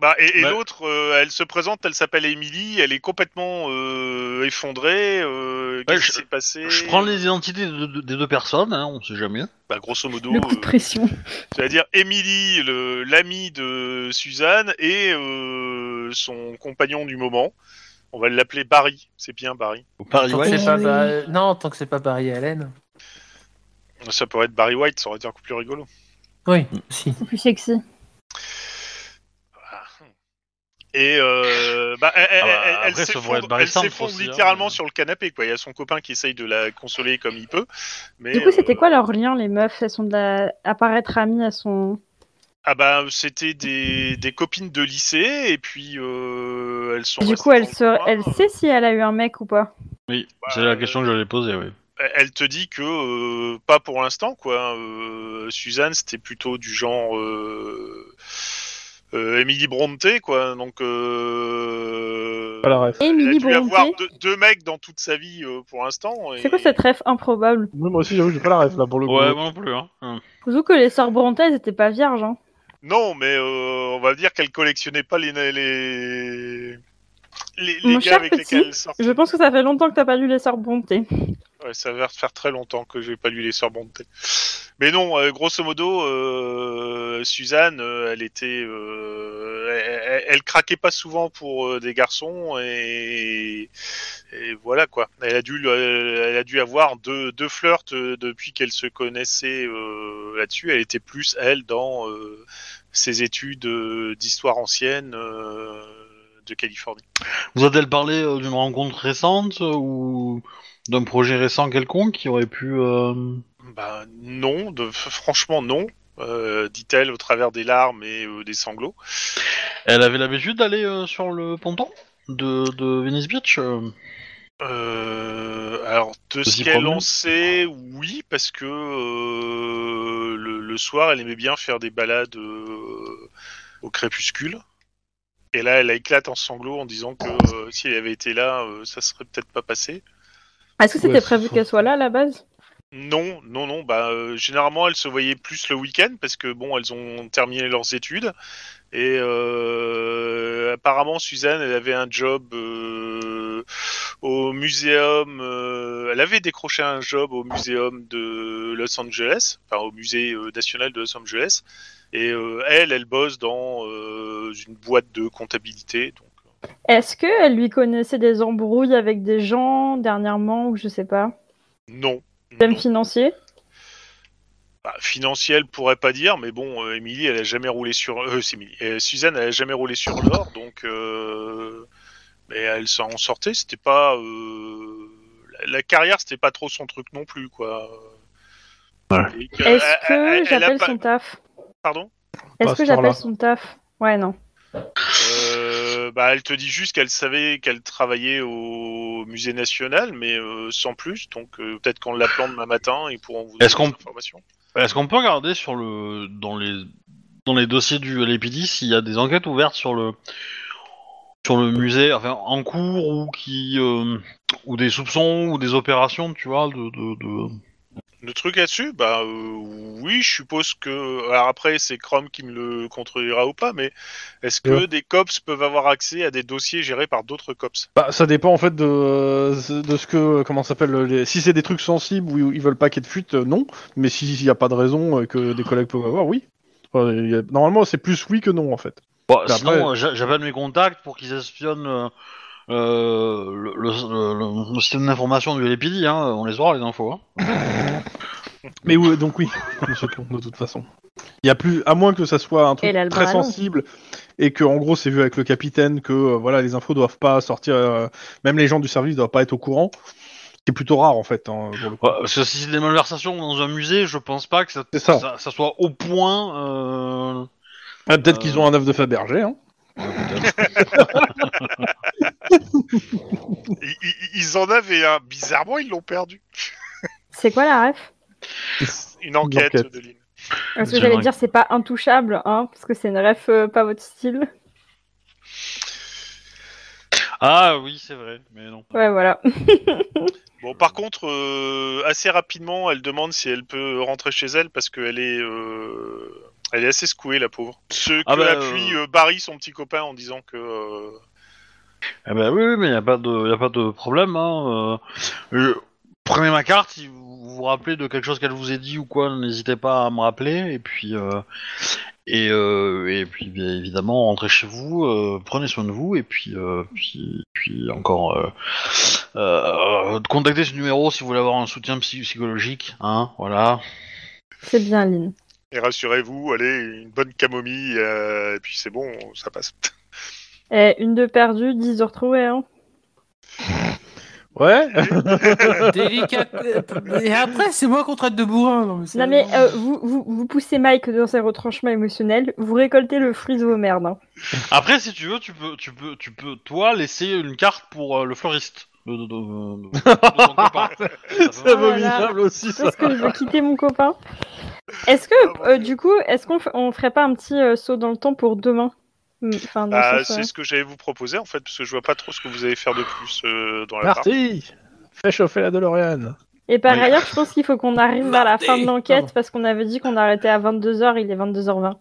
Speaker 4: Bah, et et
Speaker 2: Bah.
Speaker 4: l'autre, euh, elle se présente, elle s'appelle Émilie, elle est complètement euh, effondrée. euh, Qu'est-ce
Speaker 2: Ouais, je-
Speaker 4: qui s'est passé
Speaker 2: je prends les identités de- de- des deux personnes, hein, on sait jamais.
Speaker 4: Bah, grosso modo,
Speaker 1: Le coup de
Speaker 4: euh,
Speaker 1: pression.
Speaker 4: C'est-à-dire Émilie, le- l'amie de Suzanne, et euh, son compagnon du moment. On va l'appeler Barry. C'est bien Barry.
Speaker 2: Au Paris,
Speaker 5: Tant que
Speaker 2: Ah, ouais.
Speaker 5: c'est pas
Speaker 1: Oui.
Speaker 5: Bar- Non, tant que c'est pas Barry Allen.
Speaker 4: Ça pourrait être Barry White, ça aurait été un coup plus rigolo.
Speaker 5: Oui, si.
Speaker 1: C'est plus sexy.
Speaker 4: Et euh, bah, elle,
Speaker 2: Ah bah,
Speaker 4: elle- elle
Speaker 2: après, ça pourrait être
Speaker 4: s'effondre
Speaker 2: Barry
Speaker 4: elle
Speaker 2: Sanders
Speaker 4: s'effondre
Speaker 2: aussi, hein,
Speaker 4: littéralement
Speaker 2: mais-
Speaker 4: sur le canapé. Quoi. Il y a son copain qui essaye de la consoler comme il peut. Mais,
Speaker 1: Du coup, c'était
Speaker 4: euh,
Speaker 1: quoi leur lien, les meufs Elles sont de la... apparaître amies, elles sont.
Speaker 4: Ah bah, c'était des, des copines de lycée, et puis euh, elles sont.
Speaker 1: Du
Speaker 4: restées
Speaker 1: coup, elle,
Speaker 4: dans le
Speaker 1: se...
Speaker 4: coin. euh, bah,
Speaker 1: elle sait si elle a eu un mec ou pas.
Speaker 2: Oui, c'est la question que j'allais poser, oui.
Speaker 4: elle te dit que euh, pas pour l'instant quoi. Euh, Suzanne c'était plutôt du genre euh, euh, Emily Brontë quoi. Donc euh,
Speaker 3: Pas la ref.
Speaker 4: elle a
Speaker 1: Émilie
Speaker 4: dû avoir
Speaker 1: Bronté.
Speaker 4: deux, deux mecs dans toute sa vie euh, pour l'instant. et-
Speaker 1: C'est quoi cette rêve improbable
Speaker 3: Oui, moi aussi, j'avoue, j'ai pas la ref là pour le coup.
Speaker 2: Ouais, moi non plus. Hein. Hum.
Speaker 1: Surtout que les sœurs Bronté, elles étaient pas vierges. Hein.
Speaker 4: Non mais euh, on va dire qu'elle collectionnait pas les les les, les
Speaker 1: Mon
Speaker 4: gars
Speaker 1: cher
Speaker 4: avec
Speaker 1: petit,
Speaker 4: lesquels elle sortait.
Speaker 1: Je pense que ça fait longtemps que t'as pas lu les sœurs Bronté.
Speaker 4: Ouais, ça va faire très longtemps que j'ai pas lu les Sœurs Brontë. Mais non, euh, grosso modo, euh, Suzanne, euh, elle était, euh, elle, elle craquait pas souvent pour euh, des garçons et, et voilà quoi. Elle a dû, euh, elle a dû avoir deux, deux flirts euh, depuis qu'elle se connaissait euh, là-dessus. Elle était plus elle dans euh, ses études euh, d'histoire ancienne euh, de Californie.
Speaker 2: Vous a-t-elle parlé euh, d'une rencontre récente euh, ou d'un projet récent quelconque qui aurait pu... euh,
Speaker 4: Bah non, de, franchement non, euh, dit-elle au travers des larmes et euh, des sanglots.
Speaker 2: Elle avait l'habitude d'aller euh, sur le ponton de, de Venice Beach euh.
Speaker 4: Euh, alors de ce
Speaker 2: Petit
Speaker 4: qu'elle
Speaker 2: problème.
Speaker 4: en sait, oui, parce que euh, le, le soir, elle aimait bien faire des balades euh, au crépuscule. Et là, elle éclate en sanglots en disant que euh, si elle avait été là, euh, ça serait peut-être pas passé.
Speaker 1: Est-ce que c'était
Speaker 3: Ouais,
Speaker 1: prévu
Speaker 3: faut-
Speaker 1: qu'elle soit là à la base
Speaker 4: Non, non, non. Bah, euh, généralement, elles se voyaient plus le week-end parce que bon, elles ont terminé leurs études et euh, apparemment Suzanne, elle avait un job euh, au muséum. euh, elle avait décroché un job au muséum de Los Angeles, enfin au musée euh, national de Los Angeles. Et euh, elle, elle bosse dans euh, une boîte de comptabilité. Donc, euh,
Speaker 1: Est-ce qu'elle lui connaissait des embrouilles avec des gens dernièrement ou je sais pas
Speaker 4: non.
Speaker 1: Problème
Speaker 4: non.
Speaker 1: financier
Speaker 4: Bah, financier, elle pourrait pas dire, mais bon, euh, Émilie, elle a jamais roulé sur. Euh, c'est Émilie. Euh, Suzanne, elle a jamais roulé sur l'or, donc. euh, Mais elle s'en sortait, c'était pas. euh, La, la carrière, c'était pas trop son truc non plus, quoi. Et que-
Speaker 1: Est-ce
Speaker 4: Euh, elle- elle-
Speaker 1: que
Speaker 4: elle a
Speaker 1: j'appelle
Speaker 4: pas-
Speaker 1: son taf
Speaker 4: Pardon
Speaker 3: Pas
Speaker 1: Est-ce
Speaker 3: ce
Speaker 1: que j'appelle
Speaker 3: temps-là.
Speaker 1: son taf Ouais, non.
Speaker 4: Euh, bah, Elle te dit juste qu'elle savait qu'elle travaillait au musée national, mais euh, sans plus, donc euh, peut-être qu'en l'appelant demain matin, ils pourront vous donner
Speaker 2: Est-ce qu'on-
Speaker 4: des informations.
Speaker 2: Est-ce qu'on peut regarder sur le dans les dans les dossiers du LAPD s'il y a des enquêtes ouvertes sur le sur le musée, enfin en cours ou qui euh, ou des soupçons ou des opérations, tu vois, de, de, de...
Speaker 4: Le truc là-dessus, bah euh, oui, je suppose que. Alors après, c'est Chrome qui me le contredira ou pas, mais est-ce que
Speaker 3: Ouais.
Speaker 4: des cops peuvent avoir accès à des dossiers gérés par d'autres cops
Speaker 3: Bah, ça dépend en fait de, de ce que comment ça s'appelle les... si c'est des trucs sensibles où ils veulent pas qu'il y ait de fuite euh, non mais s'il n'y a pas de raison euh, que des collègues peuvent avoir oui Enfin, il y a- normalement c'est plus oui que non en fait
Speaker 2: Bon,
Speaker 3: Bah,
Speaker 2: sinon
Speaker 3: après-
Speaker 2: euh, j'a- j'appelle mes contacts pour qu'ils espionnent euh, euh, le, le, le- le système d'information du LAPD, hein, on les aura les infos. hein.
Speaker 3: mais oui donc oui monsieur Plon, de toute façon il y a plus à moins que ça soit un truc
Speaker 1: Elle a le
Speaker 3: très
Speaker 1: bras long.
Speaker 3: sensible et que en gros c'est vu avec le capitaine que euh, voilà les infos doivent pas sortir euh, même les gens du service doivent pas être au courant c'est plutôt rare en fait hein, pour le coup.
Speaker 2: Ouais, parce que si c'est des malversations dans un musée, je pense pas que ça,
Speaker 3: C'est ça.
Speaker 2: ça- ça soit au point. euh,
Speaker 3: Ah, peut-être
Speaker 2: Euh.
Speaker 3: qu'ils ont un œuf de Fabergé hein.
Speaker 4: Ils, ils- ils en avaient un. Bizarrement, ils l'ont perdu.
Speaker 7: C'est quoi la ref
Speaker 4: Une enquête,
Speaker 3: enquête.
Speaker 4: de Lynn.
Speaker 7: Parce que
Speaker 2: J'aimerais-
Speaker 7: j'allais dire, c'est pas intouchable, hein, parce que c'est une ref euh, pas votre style.
Speaker 2: Ah oui, c'est vrai, mais non.
Speaker 7: Ouais, voilà.
Speaker 4: Bon, par contre, euh, assez rapidement, elle demande si elle peut rentrer chez elle parce qu'elle est, euh, elle est assez secouée, la pauvre. Ce que
Speaker 2: Ah bah,
Speaker 4: appuie euh, Barry, son petit copain, en disant que. euh,
Speaker 2: Eh ben oui, oui, mais il n'y a, pas de- y a pas de problème. Hein. euh, je- Prenez ma carte, si vous vous vous rappelez de quelque chose qu'elle vous ait dit ou quoi, n'hésitez pas à me rappeler. Et puis, euh, et, euh, et puis bien évidemment, rentrez chez vous, euh, prenez soin de vous. Et puis, euh, puis, puis encore, euh, euh, contactez ce numéro si vous voulez avoir un soutien psy- psychologique. Hein, voilà.
Speaker 7: C'est bien, Lynn.
Speaker 4: Et eh, rassurez-vous, allez, une bonne camomille, euh, et puis c'est bon, ça passe.
Speaker 7: Eh, une de perdue, 10 de retrouvée, hein.
Speaker 3: Ouais
Speaker 5: Délicat. Et après, c'est moi qu'on traite de bourrin. Non, mais, c'est-
Speaker 7: Non mais euh, vous, vous, vous poussez Mike dans ses retranchements émotionnels, vous récoltez le fruit de vos merdes. hein.
Speaker 2: Après, si tu veux, tu peux, tu peux, tu peux, toi, laisser une carte pour euh, le fleuriste. De, de- de- de- de ton copain.
Speaker 3: C'est
Speaker 7: Oh là là.
Speaker 3: abominable aussi ça
Speaker 7: Est-ce que je veux quitter mon copain Est-ce
Speaker 4: Ah,
Speaker 7: que, euh, du coup, est-ce qu'on f- on ferait pas un petit euh, saut dans le temps pour demain Mm, Enfin, dans le
Speaker 4: Ah,
Speaker 7: sens,
Speaker 4: c'est
Speaker 7: euh,
Speaker 4: ce que j'allais vous proposer, en fait, parce que je vois pas trop ce que vous allez faire de plus euh, dans la partie.
Speaker 3: Parti Fais chauffer la DeLorean
Speaker 7: Et par
Speaker 2: Oui.
Speaker 7: ailleurs, je pense qu'il faut qu'on arrive vers la fin de
Speaker 5: Pardon.
Speaker 7: l'enquête parce qu'on avait dit qu'on arrêtait à 22h, il est 22h20.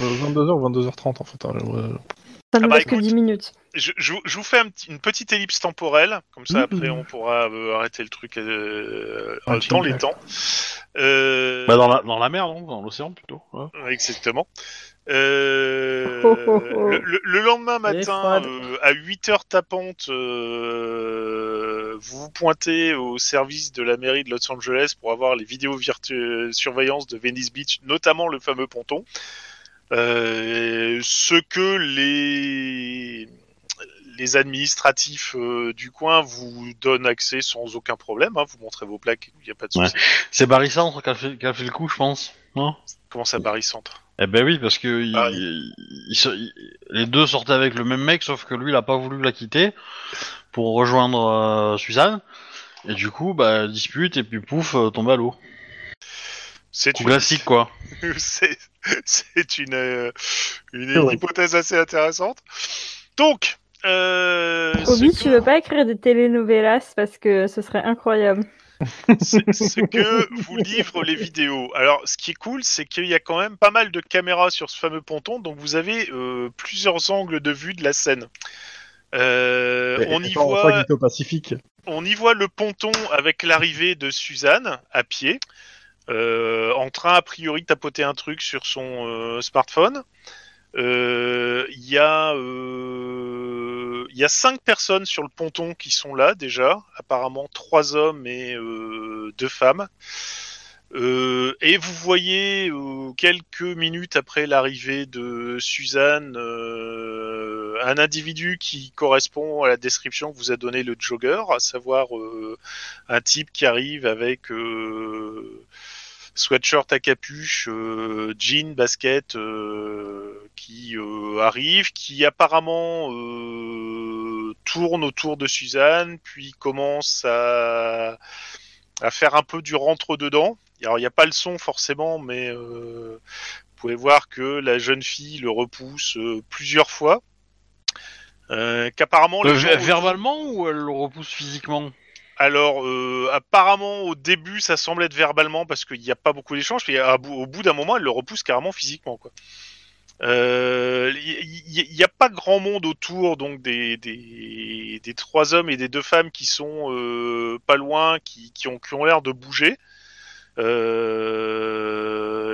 Speaker 3: Euh, 22h, 22h30 en fait. hein, euh,
Speaker 7: Ça nous
Speaker 4: bah,
Speaker 7: reste que
Speaker 4: écoute.
Speaker 7: 10 minutes.
Speaker 4: Je, je vous- je vous fais un petit- une petite ellipse temporelle, comme ça
Speaker 3: Mhm.
Speaker 4: après on pourra euh, arrêter le truc euh,
Speaker 3: Un
Speaker 4: euh, dans
Speaker 3: petit
Speaker 4: les
Speaker 3: peu.
Speaker 4: temps. Euh,
Speaker 2: Bah dans la, dans la mer, non Dans l'océan plutôt. ouais.
Speaker 4: Exactement. Euh,
Speaker 7: Oh, oh, oh.
Speaker 4: Le, le- le lendemain
Speaker 5: Allez,
Speaker 4: matin,
Speaker 5: Fred.
Speaker 4: euh, à 8h tapante, euh, vous vous pointez au service de la mairie de Los Angeles pour avoir les vidéos virtu- surveillance de Venice Beach, notamment le fameux ponton. Euh, ce que les, les administratifs euh, du coin vous donnent accès sans aucun problème. hein. vous montrez vos plaques, il n'y a pas de souci.
Speaker 2: C'est Barry Centre qui a, fait, qui a fait le coup, je pense. Non
Speaker 4: Comment ça, Paris Centre
Speaker 2: eh ben oui, parce que il-
Speaker 4: Ah,
Speaker 2: il- il se- il- les deux sortaient avec le même mec, sauf que lui, il a pas voulu la quitter pour rejoindre euh, Suzanne. Et du coup, bah dispute et puis pouf, euh, tombe à l'eau.
Speaker 4: C'est
Speaker 2: Coup
Speaker 4: une-
Speaker 2: classique quoi.
Speaker 4: c'est c'est une, euh, une
Speaker 3: Théorie.
Speaker 4: hypothèse assez intéressante. Donc, euh,
Speaker 7: Obi,
Speaker 4: ce
Speaker 7: tu
Speaker 4: que-
Speaker 7: veux pas écrire des telenovelas parce que ce serait incroyable.
Speaker 4: c'est- ce que vous livrent les vidéos. Alors, ce qui est cool, c'est qu'il y a quand même pas mal de caméras sur ce fameux ponton, donc vous avez euh, plusieurs angles de vue de la scène. Euh, on y
Speaker 3: étant en
Speaker 4: voit.
Speaker 3: Pacifique au Pacifique.
Speaker 4: on y voit le ponton avec l'arrivée de Suzanne à pied, euh, en train a priori de tapoter un truc sur son euh, smartphone. Euh, Il y a euh, il y a cinq personnes sur le ponton qui sont là déjà, apparemment trois hommes et euh, deux femmes. Euh, et vous voyez euh, quelques minutes après l'arrivée de Suzanne euh, un individu qui correspond à la description que vous a donnée le jogger, à savoir euh, un type qui arrive avec euh, sweatshirt à capuche, euh, jean, basket, euh, qui euh, arrive, qui apparemment euh, tourne autour de Suzanne, puis commence à, à faire un peu du rentre-dedans. Alors, il n'y a pas le son forcément, mais euh, vous pouvez voir que la jeune fille le repousse euh, plusieurs fois. Euh, qu'apparemment les
Speaker 2: Euh,
Speaker 4: gens
Speaker 2: ver-
Speaker 4: autour-
Speaker 2: verbalement ou elle le repousse physiquement
Speaker 4: alors, euh, apparemment, au début, ça semble être verbalement parce qu'il n'y a pas beaucoup d'échanges. Puis à bout- au bout d'un moment, elle le repousse carrément physiquement. quoi. Euh, Il n'y a pas grand monde autour, donc des, des, des trois hommes et des deux femmes qui sont euh, pas loin, qui, qui ont, qui ont l'air de bouger. Euh,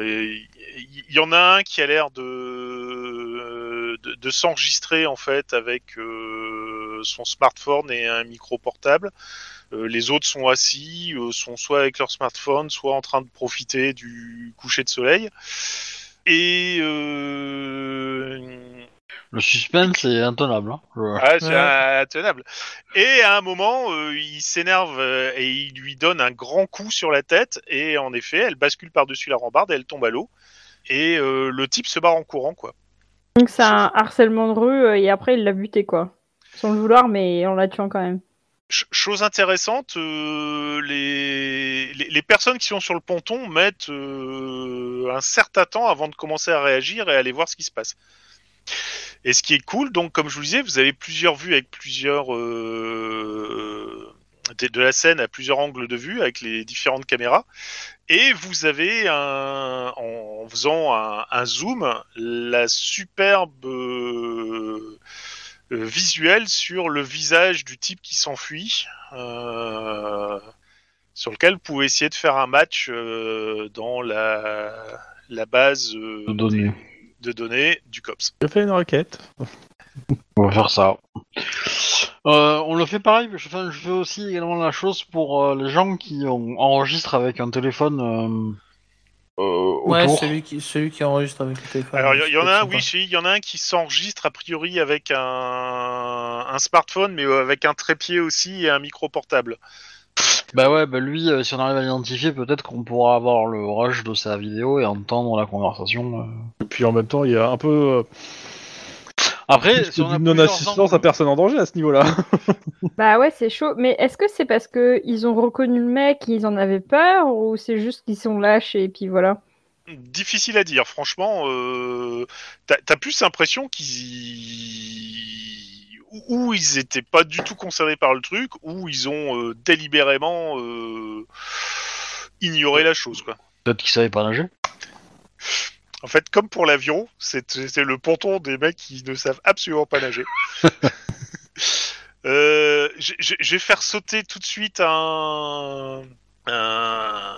Speaker 4: Il y, y en a un qui a l'air de, de, de s'enregistrer en fait avec euh, son smartphone et un micro portable. Euh, les autres sont assis, euh, sont soit avec leur smartphone, soit en train de profiter du coucher de soleil. Et euh,
Speaker 2: Le suspense est intenable. Hein. Je-
Speaker 4: ah, c'est
Speaker 5: Ouais.
Speaker 4: intenable. Et à un moment, euh, il s'énerve euh, et il lui donne un grand coup sur la tête. Et en effet, elle bascule par-dessus la rambarde, elle tombe à l'eau. Et euh, le type se barre en courant, quoi.
Speaker 7: Donc c'est un harcèlement de rue euh, et après il l'a buté quoi.
Speaker 1: sans le vouloir, mais en la tuant quand même.
Speaker 4: Ch- chose intéressante, euh, les, les, les personnes qui sont sur le ponton mettent euh, un certain temps avant de commencer à réagir et aller voir ce qui se passe. Et ce qui est cool, donc comme je vous disais, vous avez plusieurs vues avec plusieurs euh, de, de la scène à plusieurs angles de vue avec les différentes caméras, et vous avez un, en faisant un, un zoom la superbe euh, euh, visuelle sur le visage du type qui s'enfuit. euh, sur lequel vous pouvez essayer de faire un match euh, dans la, la base euh,
Speaker 2: donner.
Speaker 4: de données du COPS.
Speaker 3: Je fais une requête.
Speaker 2: On va faire ça. Euh, on le fait pareil, mais je fais, je fais aussi également la chose pour euh, les gens qui ont- enregistrent avec un téléphone euh, euh,
Speaker 5: Ouais,
Speaker 2: autour.
Speaker 5: celui qui, celui qui enregistre avec le téléphone.
Speaker 4: Alors, il y-
Speaker 5: c'est
Speaker 4: y, en a un,
Speaker 5: sympa.
Speaker 4: oui, si, il y en a un qui s'enregistre a priori avec un, un smartphone, mais euh, avec un trépied aussi et un micro portable.
Speaker 2: Bah ouais, bah lui, euh, si on arrive à l'identifier, peut-être qu'on pourra avoir le rush de sa vidéo et entendre la conversation. euh.
Speaker 3: Et puis en même temps, il y a un peu
Speaker 2: Après,
Speaker 4: Eh,
Speaker 3: euh,
Speaker 2: si on a
Speaker 3: une non-assistance
Speaker 2: plusieurs
Speaker 3: à personne en danger à ce niveau-là.
Speaker 1: Bah ouais, c'est chaud. Mais est-ce que c'est parce que ils ont reconnu le mec, ils en avaient peur, ou c'est juste qu'ils sont lâches et puis voilà
Speaker 4: Difficile à dire, franchement. Euh, T'as t'as plus l'impression qu'ils. ou- Ou ils étaient pas du tout concernés par le truc, ou ils ont euh, délibérément euh, ignoré la chose. Quoi.
Speaker 2: Peut-être qu'il savait pas nager.
Speaker 4: En fait, comme pour l'avion, c'est c'est le ponton des mecs qui ne savent absolument pas nager. Euh, je, je- je vais faire sauter tout de suite un, un,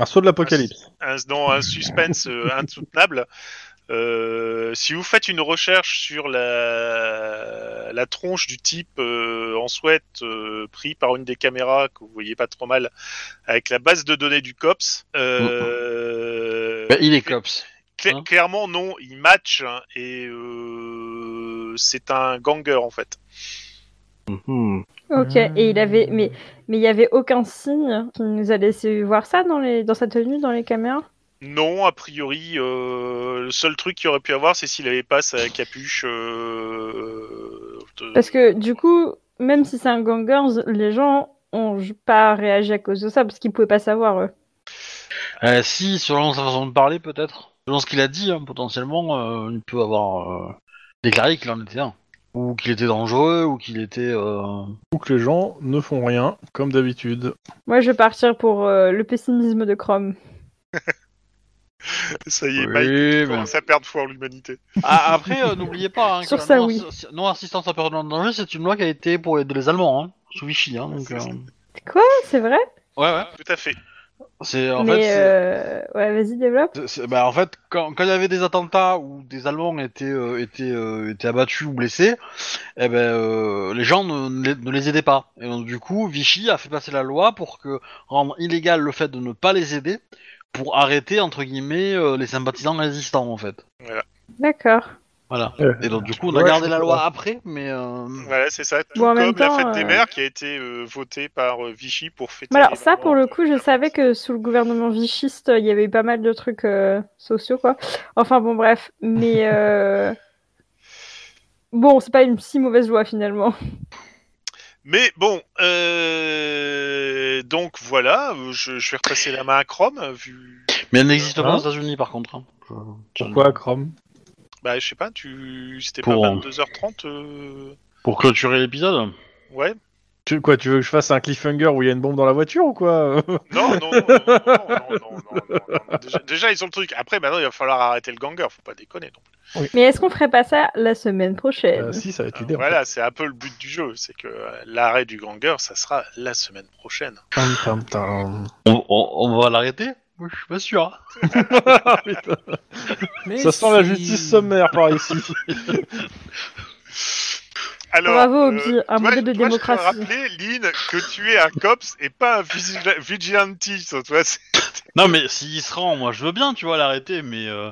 Speaker 3: Un saut de l'apocalypse.
Speaker 4: un, non, un suspense euh, insoutenable. Euh, si vous faites une recherche sur la, la tronche du type euh, en sweat euh, pris par une des caméras que vous voyez pas trop mal avec la base de données du COPS, euh,
Speaker 2: Bah, il est cops.
Speaker 4: Cla-
Speaker 2: Hein
Speaker 4: clairement, non, il match hein, et euh, c'est un ganger en fait.
Speaker 2: Mhm.
Speaker 1: Ok. Et il avait, mais mais il y avait aucun signe qui nous a laissé voir ça dans les, dans sa tenue, dans les caméras.
Speaker 4: Non, a priori, euh, le seul truc qu'il aurait pu avoir, c'est s'il avait pas sa capuche. euh, de-
Speaker 1: Parce que du coup, même si c'est un gangers, les gens ont j- pas réagi à cause de ça parce qu'ils pouvaient pas savoir. Eux.
Speaker 2: Euh, si, selon sa façon de parler, peut-être. Selon ce qu'il a dit, hein, potentiellement, euh, il peut avoir euh, déclaré qu'il en était un. Ou qu'il était dangereux, ou qu'il était. euh,
Speaker 3: Ou que les gens ne font rien, comme d'habitude.
Speaker 1: Moi, je vais partir pour euh, le pessimisme de Chrome.
Speaker 4: Ça y est,
Speaker 2: Oui,
Speaker 4: Mike
Speaker 2: mais-
Speaker 4: commence à perdre foi en l'humanité.
Speaker 2: Ah, après, euh, n'oubliez pas hein,
Speaker 1: Sur
Speaker 2: que
Speaker 1: ça,
Speaker 2: non,
Speaker 1: oui.
Speaker 2: assistance à personne en danger, c'est une loi qui a été pour aider les Allemands, hein, sous Vichy. Hein, donc, euh,
Speaker 1: Quoi C'est vrai
Speaker 2: Ouais, ouais.
Speaker 4: Tout à fait.
Speaker 2: C'est en
Speaker 1: Mais
Speaker 2: fait, c'est-
Speaker 1: euh, ouais, vas-y développe.
Speaker 2: c'est- c'est- bah, en fait, quand quand il y avait des attentats où des Allemands étaient euh, étaient, euh, étaient abattus ou blessés, eh ben euh, les gens ne, ne les- ne les aidaient pas. Et donc, du coup, Vichy a fait passer la loi pour que rendre illégal le fait de ne pas les aider pour arrêter entre guillemets euh, les sympathisants résistants en fait.
Speaker 1: D'accord.
Speaker 2: Voilà.
Speaker 3: Ouais.
Speaker 2: Et donc du coup, on a
Speaker 3: Euh, Ouais,
Speaker 2: gardé
Speaker 3: je
Speaker 2: la
Speaker 3: comprends.
Speaker 2: loi après, mais euh,
Speaker 4: Voilà, Mmh. c'est ça. Tout
Speaker 1: Bon, en
Speaker 4: comme
Speaker 1: même temps,
Speaker 4: la fête des
Speaker 1: euh,
Speaker 4: mères qui a été euh, votée par euh, Vichy pour fêter.
Speaker 1: Mais alors
Speaker 4: les
Speaker 1: ça,
Speaker 4: mamans.
Speaker 1: pour le coup, je savais que sous le gouvernement vichiste, il y avait eu pas mal de trucs euh, sociaux, quoi. Enfin bon, bref. Mais euh, bon, c'est pas une si mauvaise loi finalement.
Speaker 4: Mais bon, euh, donc voilà, euh, je, je vais repasser la main à Chrome, euh, vu.
Speaker 2: mais elle n'existe pas
Speaker 3: Hein
Speaker 2: aux États-Unis par contre. hein. Je-
Speaker 3: Pourquoi, Chrome
Speaker 4: Bah, je sais pas, tu. C'était
Speaker 2: Pour-
Speaker 4: pas 22h30 euh,
Speaker 2: Pour clôturer l'épisode.
Speaker 4: Ouais.
Speaker 3: tu, Quoi, tu veux que je fasse un cliffhanger où il y a une bombe dans la voiture ou quoi
Speaker 4: Non, non, non, non, non, non, non, non, non, non. Déjà, déjà, ils ont le truc. Après, maintenant, il va falloir arrêter le ganger, faut pas déconner. non plus.
Speaker 1: Mais est-ce qu'on ferait pas ça la semaine prochaine
Speaker 3: Euh, Si, ça va être l'idée.
Speaker 4: Euh, voilà, c'est un peu le but du jeu, c'est que euh, l'arrêt du ganger, ça sera la semaine prochaine.
Speaker 3: Tam, tam, tam.
Speaker 2: On, on- on va l'arrêter Moi, Je suis pas sûr. hein.
Speaker 3: Ah, putain.
Speaker 5: Mais
Speaker 3: Ça sent la
Speaker 5: si-
Speaker 3: justice sommaire par ici.
Speaker 4: Alors,
Speaker 1: Bravo,
Speaker 4: euh,
Speaker 1: Obi, un
Speaker 4: dois-
Speaker 1: modèle de
Speaker 4: dois-je te
Speaker 1: démocratie.
Speaker 4: rappeler, Lynn, que tu es un cops et pas un vigila- vigilante. toi, tu vois, c'est-
Speaker 2: Non, mais s'il se rend, moi je veux bien, tu vois, l'arrêter, mais. Euh,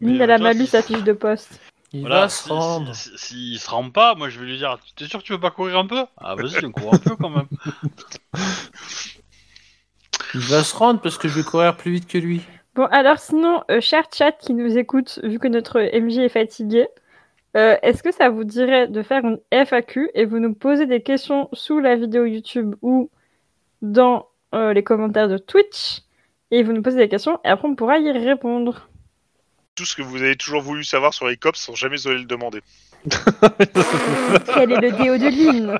Speaker 2: mais,
Speaker 1: Mine
Speaker 2: euh,
Speaker 1: à la
Speaker 2: tu vois,
Speaker 1: malus
Speaker 2: si-
Speaker 1: sa fiche de poste.
Speaker 5: Il
Speaker 2: voilà,
Speaker 5: va se
Speaker 2: si-
Speaker 5: rendre.
Speaker 2: si- si- S'il se rend pas, moi je vais lui dire T'es sûr que tu veux pas courir un peu Ah, vas-y, cours un peu quand même.
Speaker 5: Il va se rendre parce que je vais courir plus vite que lui.
Speaker 1: Bon, alors sinon, euh, cher chat qui nous écoute, vu que notre MJ est fatigué, Euh, Est-ce que ça vous dirait de faire une FAQ et vous nous posez des questions sous la vidéo YouTube ou dans euh, les commentaires de Twitch et vous nous posez des questions et après on pourra y répondre.
Speaker 4: Tout ce que vous avez toujours voulu savoir sur les cops sans jamais oser le demander.
Speaker 1: Quel est le déo de Lynn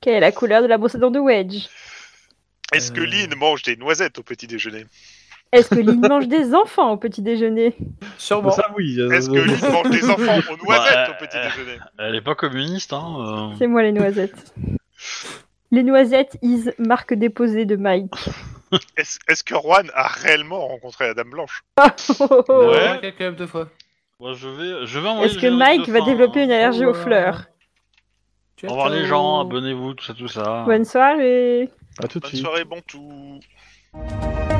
Speaker 1: Quelle est la couleur de la brosse à dents de Wedge
Speaker 4: Est-ce que
Speaker 5: Euh.
Speaker 4: Lynn mange des noisettes au petit déjeuner
Speaker 1: Est-ce que Lynn mange des enfants au petit déjeuner
Speaker 5: Sûrement.
Speaker 3: Ça, oui. euh,
Speaker 4: Est-ce que Lynn mange des enfants aux noisettes
Speaker 2: Bah,
Speaker 4: au petit
Speaker 2: euh,
Speaker 4: déjeuner
Speaker 2: Elle est pas communiste, hein. euh.
Speaker 1: C'est moi les noisettes. Les noisettes is marque déposée de Mike.
Speaker 4: Est-ce est-ce que Juan a réellement rencontré la Dame Blanche
Speaker 1: Oh, oh.
Speaker 2: Ouais.
Speaker 5: Ouais, quand même deux fois.
Speaker 2: Moi, je vais, je vais envoyer
Speaker 1: Est-ce
Speaker 2: le
Speaker 1: que
Speaker 2: générique
Speaker 1: Mike
Speaker 2: de
Speaker 1: va
Speaker 2: fin,
Speaker 1: développer euh,
Speaker 2: hein.
Speaker 1: une allergie aux
Speaker 5: Voilà.
Speaker 1: fleurs
Speaker 2: Au revoir les gens, euh, abonnez-vous, tout ça, tout ça.
Speaker 1: Bonne soirée
Speaker 3: À tout de
Speaker 4: Bonne
Speaker 3: suite.
Speaker 4: soirée, bon tout.
Speaker 3: Bonne